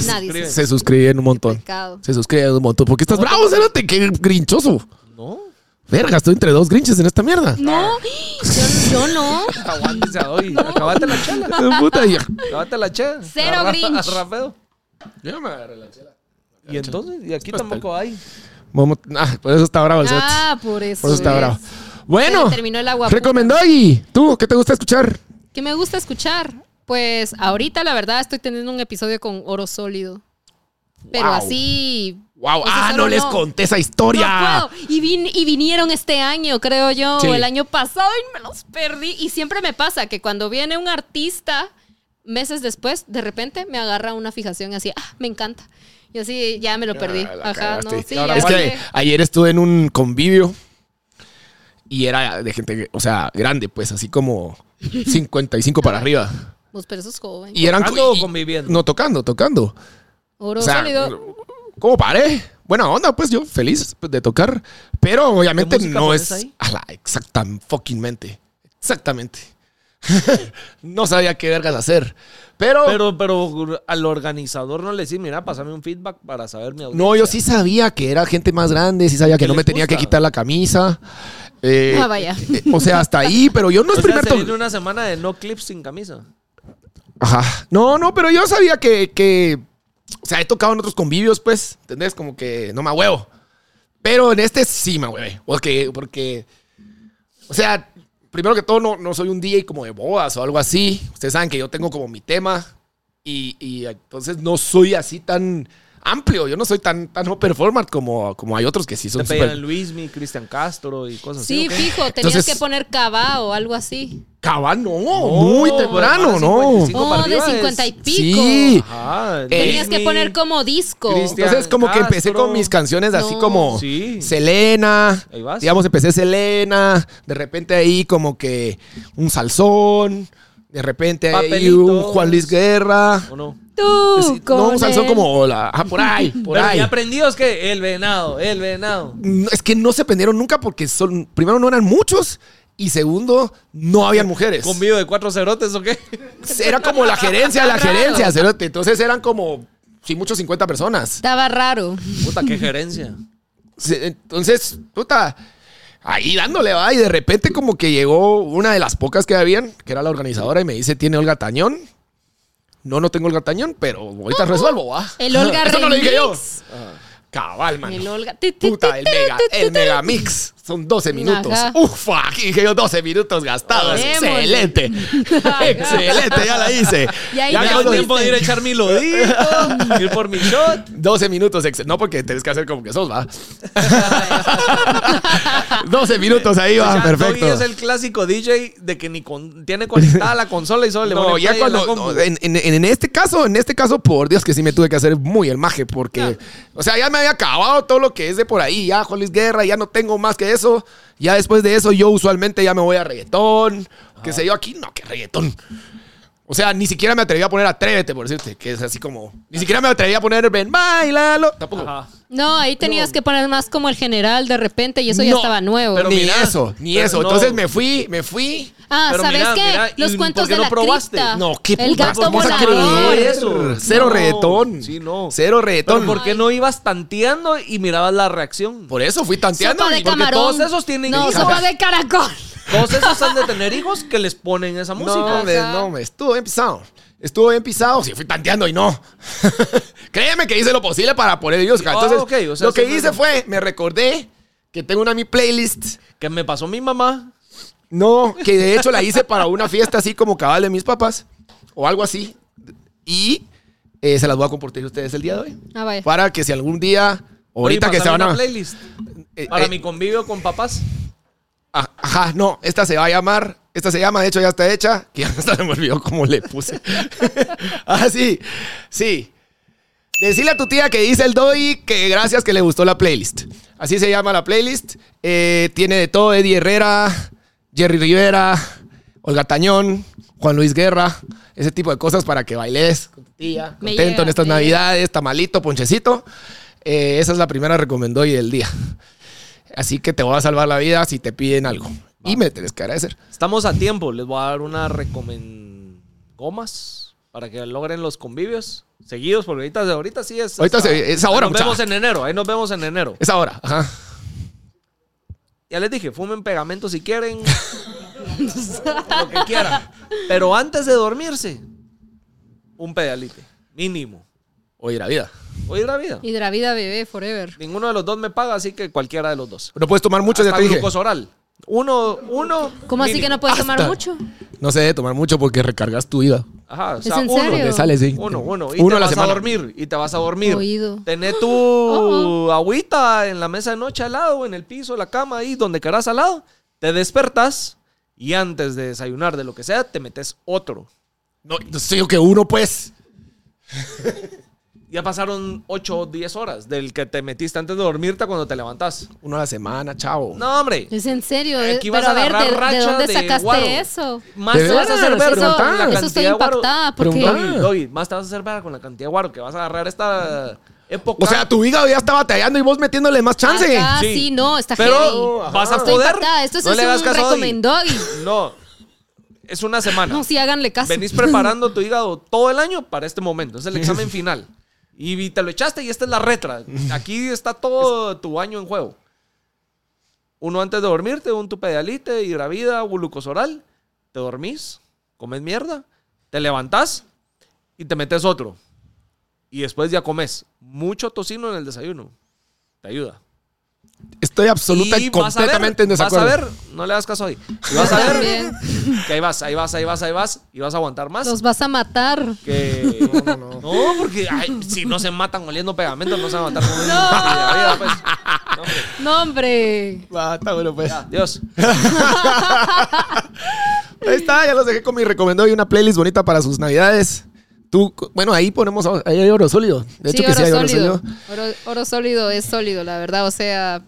Nadie se-
Se suscriben un montón.
Pecado.
Se suscriben un montón. ¿Por qué estás bravo, Cérate? ¡Qué grinchoso!
No.
Verga, estoy entre dos grinches en esta mierda.
No, yo, yo no.
Aguántese a doy. Acabate la chela.
Puta, ya.
Acabate la chela.
Cero
Arra-
Grinch.
arrapeo.
Ya me agarré la chela.
Y entonces, y aquí tampoco hay.
Vamos- ah, por eso está bravo el Cérate.
Ah, por eso.
Por eso está
es.
bravo.
Se
Bueno,
le terminó el agua.
recomendó y tú, ¿qué te gusta escuchar?
¿Qué me gusta escuchar? Pues ahorita la verdad estoy teniendo un episodio con oro sólido. Pero
Wow.
así.
¡Wow!
ese
¡Ah,
solo
no les conté esa historia!
No puedo. Y, vin- y vinieron este año, creo yo,
Sí.
o el año pasado y me los perdí. Y siempre me pasa que cuando viene un artista, meses después, de repente me agarra una fijación así, ah, me encanta. Y así ya me lo perdí.
Ah, la
Ajá, no,
cagaste.
sí,
Ahora,
ya
es que
sé.
ayer estuve en un convivio y era de gente, o sea, grande, pues así como 55 para arriba.
Pues, pero eso es joven.
Y eran
¿Tocando o
y-
conviviendo?
No, tocando, tocando.
Oro
o sea,
sólido.
¿Cómo paré? Buena onda, pues yo feliz pues, de tocar, pero obviamente
música
no
pones
es
ahí?
a la exacta fucking mente. Exactamente. no sabía qué vergas hacer, pero,
Pero, pero al organizador no le decís, mira, pásame un feedback para saber mi audiencia.
no, yo sí sabía que era gente más grande, sí sabía que
¿Qué
no me
les
tenía que
gusta?
quitar la camisa. Eh,
Ah, vaya.
eh, o sea, hasta ahí, pero yo no es
O sea,
primer
se
to-
viene una semana de no clips sin camisa.
Ajá. No, no, pero yo sabía que, que. O sea, he tocado en otros convivios, pues. ¿Entendés? Como que no me huevo. Pero en este sí me hueve. Porque, porque. O sea, primero que todo, no, no soy un DJ como de bodas o algo así. Ustedes saben que yo tengo como mi tema. Y, y entonces no soy así tan amplio. Yo no soy tan, tan no performer como, como hay otros que sí
Te
son
pedían
súper.
Luismi, Cristian Castro y cosas
Sí,
así. ¿o qué?
fijo, tenías
Entonces-
que poner cava o algo así.
Cava, no, muy
No,
temprano,
hermano,
no.
55 para
Oh, de
arriba es-
50 y pico.
Sí.
Ajá,
Tenías que
Luismi.
poner como disco.
Cristian
Entonces, como que empecé
Castro.
con mis canciones así
No.
como
Sí.
Selena.
Ahí vas.
Digamos, empecé Selena. De repente ahí como que un salsón. De repente ahí
Papelitos.
un Juan Luis Guerra.
¿O no?
Tú,
no,
con
un salsón
él.
como hola. Ah, por ahí, por
Pero
ahí.
ya aprendidos que el venado, el venado.
No, es que no se prendieron nunca porque son, primero no eran muchos y segundo no habían mujeres.
¿Convivo de cuatro cerotes o qué?
Era como la gerencia, la gerencia. cerote. Entonces eran como, si muchos 50 personas.
Estaba raro.
Puta, qué gerencia.
Se- Entonces, puta, ahí dándole, va. Y de repente, como que llegó una de las pocas que habían, que era la organizadora, y me dice: ¿Tiene Olga Tañón? No, no tengo Olga Tañón, pero ahorita resuelvo, va.
El Olga
Eso no lo dije yo.
Remix.
Cabal,
Ah,
man.
El Olga. Ti, ti,
Puta, el
ti, ti,
mega,
ti, ti,
el
ti.
mega mix. Son 12 minutos.
Ajá.
Ufa, aquí dije yo 12 minutos gastados.
Hablemosle.
Excelente. Excelente, ya la hice.
Y ahí
Ya
la
Ya tengo
cuando-
hiciste.
tiempo de ir a echar mi lodito, ir por mi shot.
12 minutos, ex- no porque tenés que hacer como que sos, va. 12 minutos ahí
O
va,
sea,
perfecto.
Doggy es el clásico DJ de que ni con- tiene conectada la consola y solo le
No,
pone
ya
play a la
cuando.
compu.
no, en, en- en este caso, en este caso, por Dios que sí me tuve que hacer muy el maje, porque. O sea, ya me había acabado todo lo que es de por ahí. Ya, Juan Luis Guerra, ya no tengo más que eso. Ya después de eso, yo usualmente ya me voy a reggaetón. Que sé yo, aquí no, que reggaetón. O sea, ni siquiera me atreví a poner Atrévete, por decirte, que es así como. Ni siquiera me atreví a poner Ven, bailalo. Tampoco.
Ajá.
No, ahí tenías que poner más como el general de repente y eso ya
No,
estaba nuevo.
Pero ni
mira,
eso, ni
pero
eso.
no.
Entonces me fui, me fui.
Ah,
Pero
¿sabes
mira,
qué?
mira, ¿y
Los
por
cuentos
qué
de
no
la
probaste?
cripta.
No, qué
Ah, El
putas,
gato
¿cómo vas a
volador.
creer?
Eso.
Cero
No.
reggaetón.
Sí, no.
Cero
Pero
reggaetón.
¿por qué no ibas tanteando y mirabas la reacción?
Por eso fui tanteando.
Sopa de
porque
camarón.
todos esos tienen
No,
hijos.
sopa de caracol.
Todos esos han de tener hijos que les ponen esa música.
No, hombre, no, hombre, estuvo bien pisado. Estuvo bien pisado. Sí, fui tanteando y no. Créeme que hice lo posible para poner Dios.
Ah,
Entonces,
ok, o sea,
lo que
sí, no,
hice
no.
fue, me recordé que tengo una mi playlist.
Que me pasó mi mamá.
No, que de hecho la hice para una fiesta así como cabal de mis papás o algo así. Y eh, se las voy a compartir a ustedes el día de hoy.
Ah, vaya.
Para que si algún día, ahorita
Oye,
que se
pásame
van
una
a...
playlist.
eh,
Para
eh,
mi convivio con papás.
Ah, Ajá, no, esta se va a llamar, esta se llama, de hecho ya está hecha, que ya hasta se me olvidó cómo le puse. ah, sí, sí. Decirle a tu tía que dice el doy que gracias que le gustó la playlist. Así se llama la playlist. Eh, tiene de todo Eddie Herrera, Jerry Rivera, Olga Tañón, Juan Luis Guerra, ese tipo de cosas para que bailes con tu tía,
Me
contento
llega,
en estas
me llega.
navidades, tamalito, ponchecito. Eh, esa es la primera recomendó hoy del día. Así que te voy a salvar la vida si te piden algo. Y me tenés que agradecer.
Estamos a tiempo. Les voy a dar una recomen... gomas para que logren los convivios seguidos, porque ahorita, ahorita sí es...
Ahorita se- es ahora,
Ahí Nos
muchacha.
vemos en enero. Ahí nos vemos en enero.
Es ahora. Ajá.
Ya les dije, fumen pegamento si quieren. lo que quieran. Pero antes de dormirse, un pedalite. Mínimo.
Oye, la vida.
Oír la vida.
Y de la vida bebé forever.
Ninguno de los dos me paga, así que cualquiera de los dos.
No puedes tomar mucho, ya
Hasta
te dije.
glucosa oral. Uno, uno.
¿Cómo así que no puedes tomar
Hasta-
mucho?
No se debe tomar mucho porque recargas tu vida.
Ajá, o
¿Es
sea,
en
uno.
serio?
Te sales de...
Uno, uno. Y
Uno
te
a la
vas
semana.
a dormir. Y te vas a dormir.
Oído.
Tené tu
Ojo.
agüita en la mesa de noche al lado, en el piso, la cama, ahí donde querás al lado. Te despertas y antes de desayunar de lo que sea, te metes otro.
No, no sé yo que uno, pues.
Ya pasaron 8 o 10 horas del que te metiste antes de dormirte cuando te levantás.
Uno a la semana, chavo.
No, hombre.
Es en serio.
Aquí
eh,
vas
Pero
a
a ver,
agarrar
¿de,
racha
de dónde
de
sacaste
guaro.
eso?
Más
¿De
te vas a
veras?
hacer ver
eso,
preguntá.
con la
eso estoy
cantidad de guaro.
impactada porque
Preguntá.
Doggy, Doggy, más te vas a hacer ver con la cantidad de guaro que vas a agarrar esta época.
O sea, tu hígado ya está batallando y vos metiéndole más chance.
acá sí. no, está
Pero
heavy.
vas a
Estoy
poder.
impactada. Esto es
No le hagas
un
caso a Doggy.
recomendogui.
No. Es una semana.
No, sí, háganle caso.
Venís preparando tu hígado todo el año para este momento. Es el examen final. Y te lo echaste y esta es la retra. Aquí está todo tu año en juego. Uno antes de dormirte, un tu pedalite, hidravida, glucosoral. Te dormís, comes mierda, te levantás y te metes otro. Y después ya comes mucho tocino en el desayuno. Te ayuda.
Estoy absoluta
Y
y
vas a ver,
completamente en desacuerdo.
Vas a ver, no le das caso ahí. Y vas a
Yo
ver
también.
que ahí vas, ahí vas, ahí vas, ahí vas y vas a aguantar más.
Los vas a matar.
Que... No, no, no. porque ay, si no se matan oliendo pegamento, no se van a matar con un- vida, pues. No, hombre.
No, hombre.
Ah, está bueno, pues.
Dios.
Ahí está, ya los dejé con mi recomendado y una playlist bonita para sus navidades. Tú, bueno, ahí ponemos, ahí hay oro sólido. De hecho,
sí,
que
oro
sí hay oro
sólido.
sólido.
Oro, oro sólido es sólido, la verdad. O sea,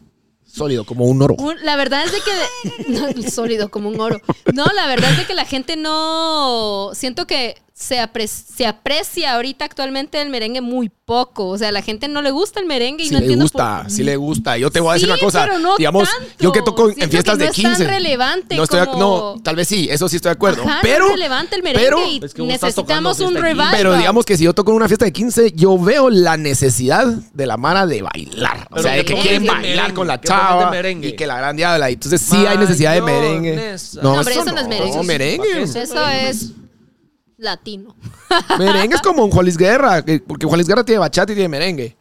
Sólido, como un oro.
un- la verdad es de que. no, sólido como un oro. No, la verdad es de que la gente no. Siento que se, apre- se aprecia ahorita actualmente el merengue muy poco. O sea, a la gente no le gusta el merengue y
Si
no
le
entiendo por-
gusta, si le gusta. Yo te voy a decir
Sí,
una cosa.
pero no
Digamos,
tanto.
yo que toco en
Siento
fiestas
que no
de
es tan
15.
relevante
no estoy ac-
como-
no, tal vez sí, eso sí estoy de acuerdo.
Ajá, no
pero
es relevante el merengue
pero-
y
Es que vos estás tocando
necesitamos un
fiesta aquí.
revival.
Pero digamos que si yo toco en una fiesta de 15, yo veo la necesidad de la mara de bailar. O
Pero
sea, de
que
que
toquen
quieren
de
bailar
merengue,
con la
que toquen de
chava
merengue.
y que la gran diabla. Y Entonces sí hay necesidad de merengue.
Mayones.
No,
No, hombre, eso no es merengue.
No, merengue. pues.
Eso
Eso es latino.
Merengue es como un Juan Luis Guerra, que- porque Juan Luis Guerra tiene bachata y tiene merengue.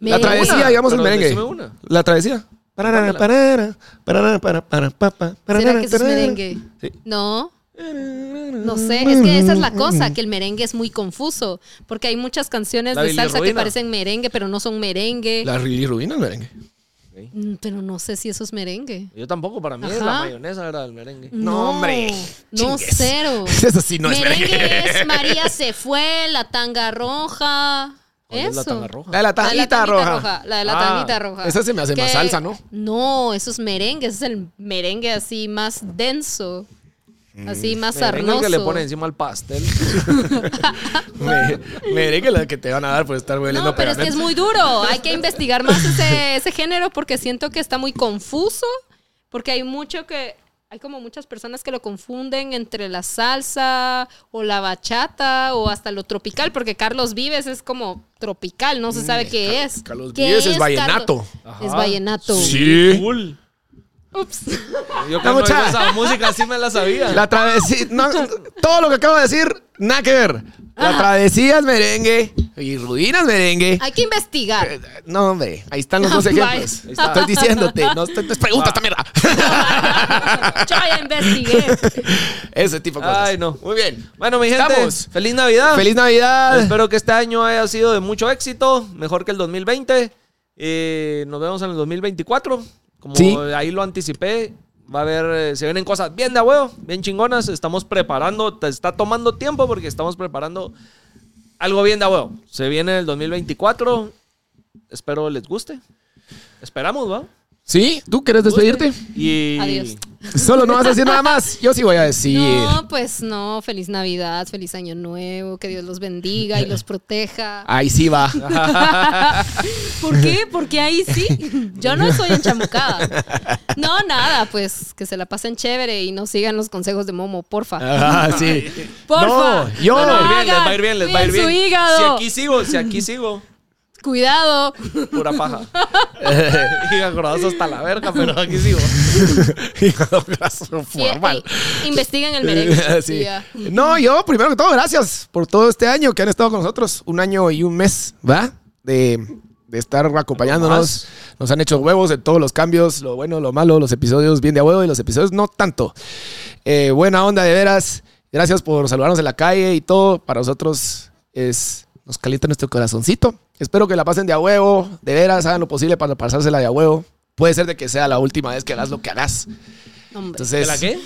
La
Merengue.
travesía, digamos, es
Pero
merengue.
decime una.
La travesía. Parara, parara, parara, para, para, pa, pa,
¿Será
parara,
que eso es
tarara.
merengue?
Sí.
No. No sé, es que esa es la cosa, que el merengue es muy confuso, porque hay muchas canciones
La
de salsa que
bilirrubina.
parecen merengue, pero no son merengue.
La bilirrubina es merengue.
Mm, Pero no sé si eso es merengue.
Yo tampoco, para mí
Ajá.
la mayonesa era del merengue.
No,
hombre,
No,
chingues.
cero.
Eso sí no es
merengue
merengue.
es María se fue, la tanga roja.
¿Cuál es la
Eso.
tanga roja?
La de
La
la
de la
tanguita roja.
La de la
Ah,
tanguita roja.
esa se me hace más
Que-
salsa, ¿no?
No, eso es merengue. Ese es el merengue así más denso.
Mm.
Así más
Merengue el
sarnoso.
que le ponen encima al pastel.
Me- Merengue la que te van a dar por estar
no,
hueliendo
pero es que es
pegamento.
muy duro. Hay que investigar más ese, ese género porque siento que está muy confuso. Porque hay mucho que. Hay como muchas personas que lo confunden entre la salsa o la bachata o hasta lo tropical, porque Carlos Vives es como tropical, no se sabe qué es.
Mm, eh, Carlos
¿Qué
Vives es
Carlos?
vallenato.
Es vallenato.
Sí.
Cool.
Ups.
Yo
La
cuando oigo
mucha-
esa música así me la sabía.
La travesía. no, todo lo que acabo de decir, nada que ver. La travesía es merengue y ruinas merengue.
Hay que investigar.
No, hombre, ahí están los dos
Vaya.
ejemplos.
Ah, Ahí
está.
Estoy diciéndote, no estoy- no es pregunta
Ah.
esta mierda.
Yo ya investigué.
Ese tipo de cosas.
Ay, no.
Muy bien.
Bueno, mi gente,
Estamos.
feliz Navidad.
Feliz Navidad.
Espero que este año haya sido de mucho éxito, mejor que el 2020. Eh, nos vemos en el 2024. Como
Sí.
ahí lo anticipé, va a haber, eh, se vienen cosas bien de a huevo, bien chingonas. Estamos preparando, te está tomando tiempo porque estamos preparando algo bien de a huevo. Se viene el 2024. Espero les guste. Esperamos, ¿va?
¿Sí? ¿Tú quieres despedirte?
Y
Adiós.
Solo no vas a decir nada más. Yo sí voy a decir.
No, pues no. Feliz Navidad, feliz Año Nuevo, que Dios los bendiga y los proteja.
Ahí sí va.
¿Por qué? Porque ahí sí. Yo no soy enchamucada. No, nada, pues que se la pasen chévere y no sigan los consejos de Momo, porfa.
Ah, sí.
Porfa.
No, yo.
No lo
les va a ir bien, les
hagan.
va a ir bien, les va a ir
Cuiden
bien.
su hígado.
Si aquí sigo, si aquí sigo,
Cuidado.
pura paja. y acordados hasta la verga, pero aquí sigo.
Brazo formal.
Y- y- eh, investiguen el merengue.
Sí.
Y ya.
No, yo primero que todo, gracias por todo este año que han estado con nosotros. Un año y un mes, ¿va? De, de estar acompañándonos. Nos han hecho huevos en todos los cambios, lo bueno, lo malo, los episodios bien de a huevo y los episodios no tanto. Eh, buena onda, de veras. Gracias por saludarnos en la calle y todo. Para nosotros es nos calienta nuestro corazoncito. Espero que la pasen de a huevo. De veras, hagan lo posible para pasársela de a huevo. Puede ser de que sea la última vez que hagas lo que hagas.
Hombre,
Entonces,
¿La qué?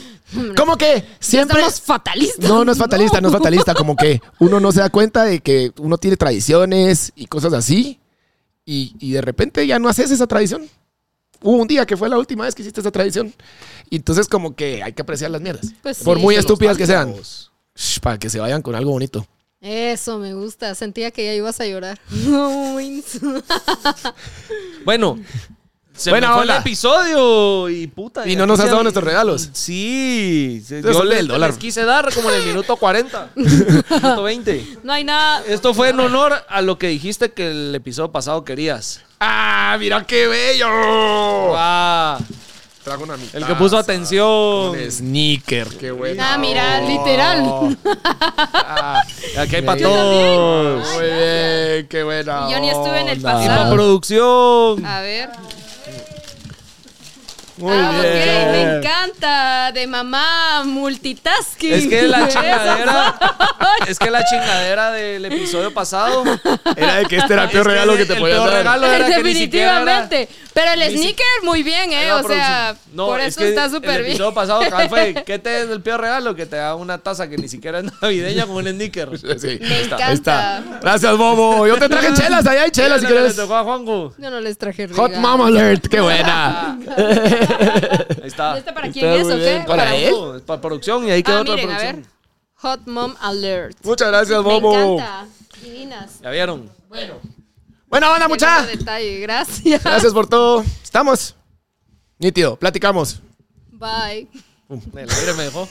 ¿Cómo que? Siempre.
Estamos fatalistas.
No, no es fatalista, no. es fatalista. Como que uno no se da cuenta de que uno tiene tradiciones y cosas así. Y, y de repente ya no haces esa tradición. Hubo un día que fue la última vez que hiciste esa tradición. Y entonces, como que hay que apreciar las mierdas.
Pues
Por
sí.
muy estúpidas que sean. Shh, para que se vayan con algo bonito.
Eso me gusta. Sentía que ya ibas a llorar. Uy.
Bueno, se
Buena
me fue
onda.
el episodio y puta.
Y
ya
no nos has
quise-
dado nuestros regalos.
Sí, se-
Entonces,
yo
son
le-
del dólar.
les quise dar como en el minuto 40, minuto 20.
No hay nada.
Esto fue en honor a lo que dijiste que el episodio pasado querías.
¡Ah, mira qué bello!
Ah,
Trajo una mitad. ah,
el que puso atención.
Un Sneaker, qué bueno.
Ah, mira, literal.
Aquí hay para
Yo
todos.
Muy bien, qué bueno.
Yo ni estuve en el
Y para
pasado.
producción.
A ver.
Muy
ah, ok,
bien.
me encanta. De mamá, multitasking.
Es que la chingadera.
Eso.
Es que la chingadera del episodio pasado.
Era de que este era el peor
Es que
regalo que
el
te
peor
podías dar.
regalo era que ni siquiera era-
Definitivamente. Pero el
ni si-
sneaker, muy bien, ¿eh?
Era
O sea,
producción. No,
por
es
eso
que
está súper
El
bien.
episodio pasado cabal, fue, ¿qué te es el peor regalo? Que te da una taza que ni siquiera es navideña con un sneaker.
Sí,
Me
ahí
encanta.
está. Gracias, Bobo. Yo te traje chelas, allá hay chelas si
Eso que
quieres.
Le tocó a Juanjo.
Yo no les traje
Hot
regalo.
Mom Alert, qué buena.
Ahí está.
¿Y este para quién es,
muy
o qué?
bien.
¿Para
Para él. Es para producción y ahí quedó
Ah,
otra
miren, a ver.
producción.
Hot Mom Alert.
Muchas gracias,
Me
Bobo.
encanta. Divinas.
Ya vieron.
Buena onda,
Qué lindo
mucha.
detalle. Gracias.
Gracias por todo. Estamos. Nítido, platicamos.
Bye.
El aire me dejó.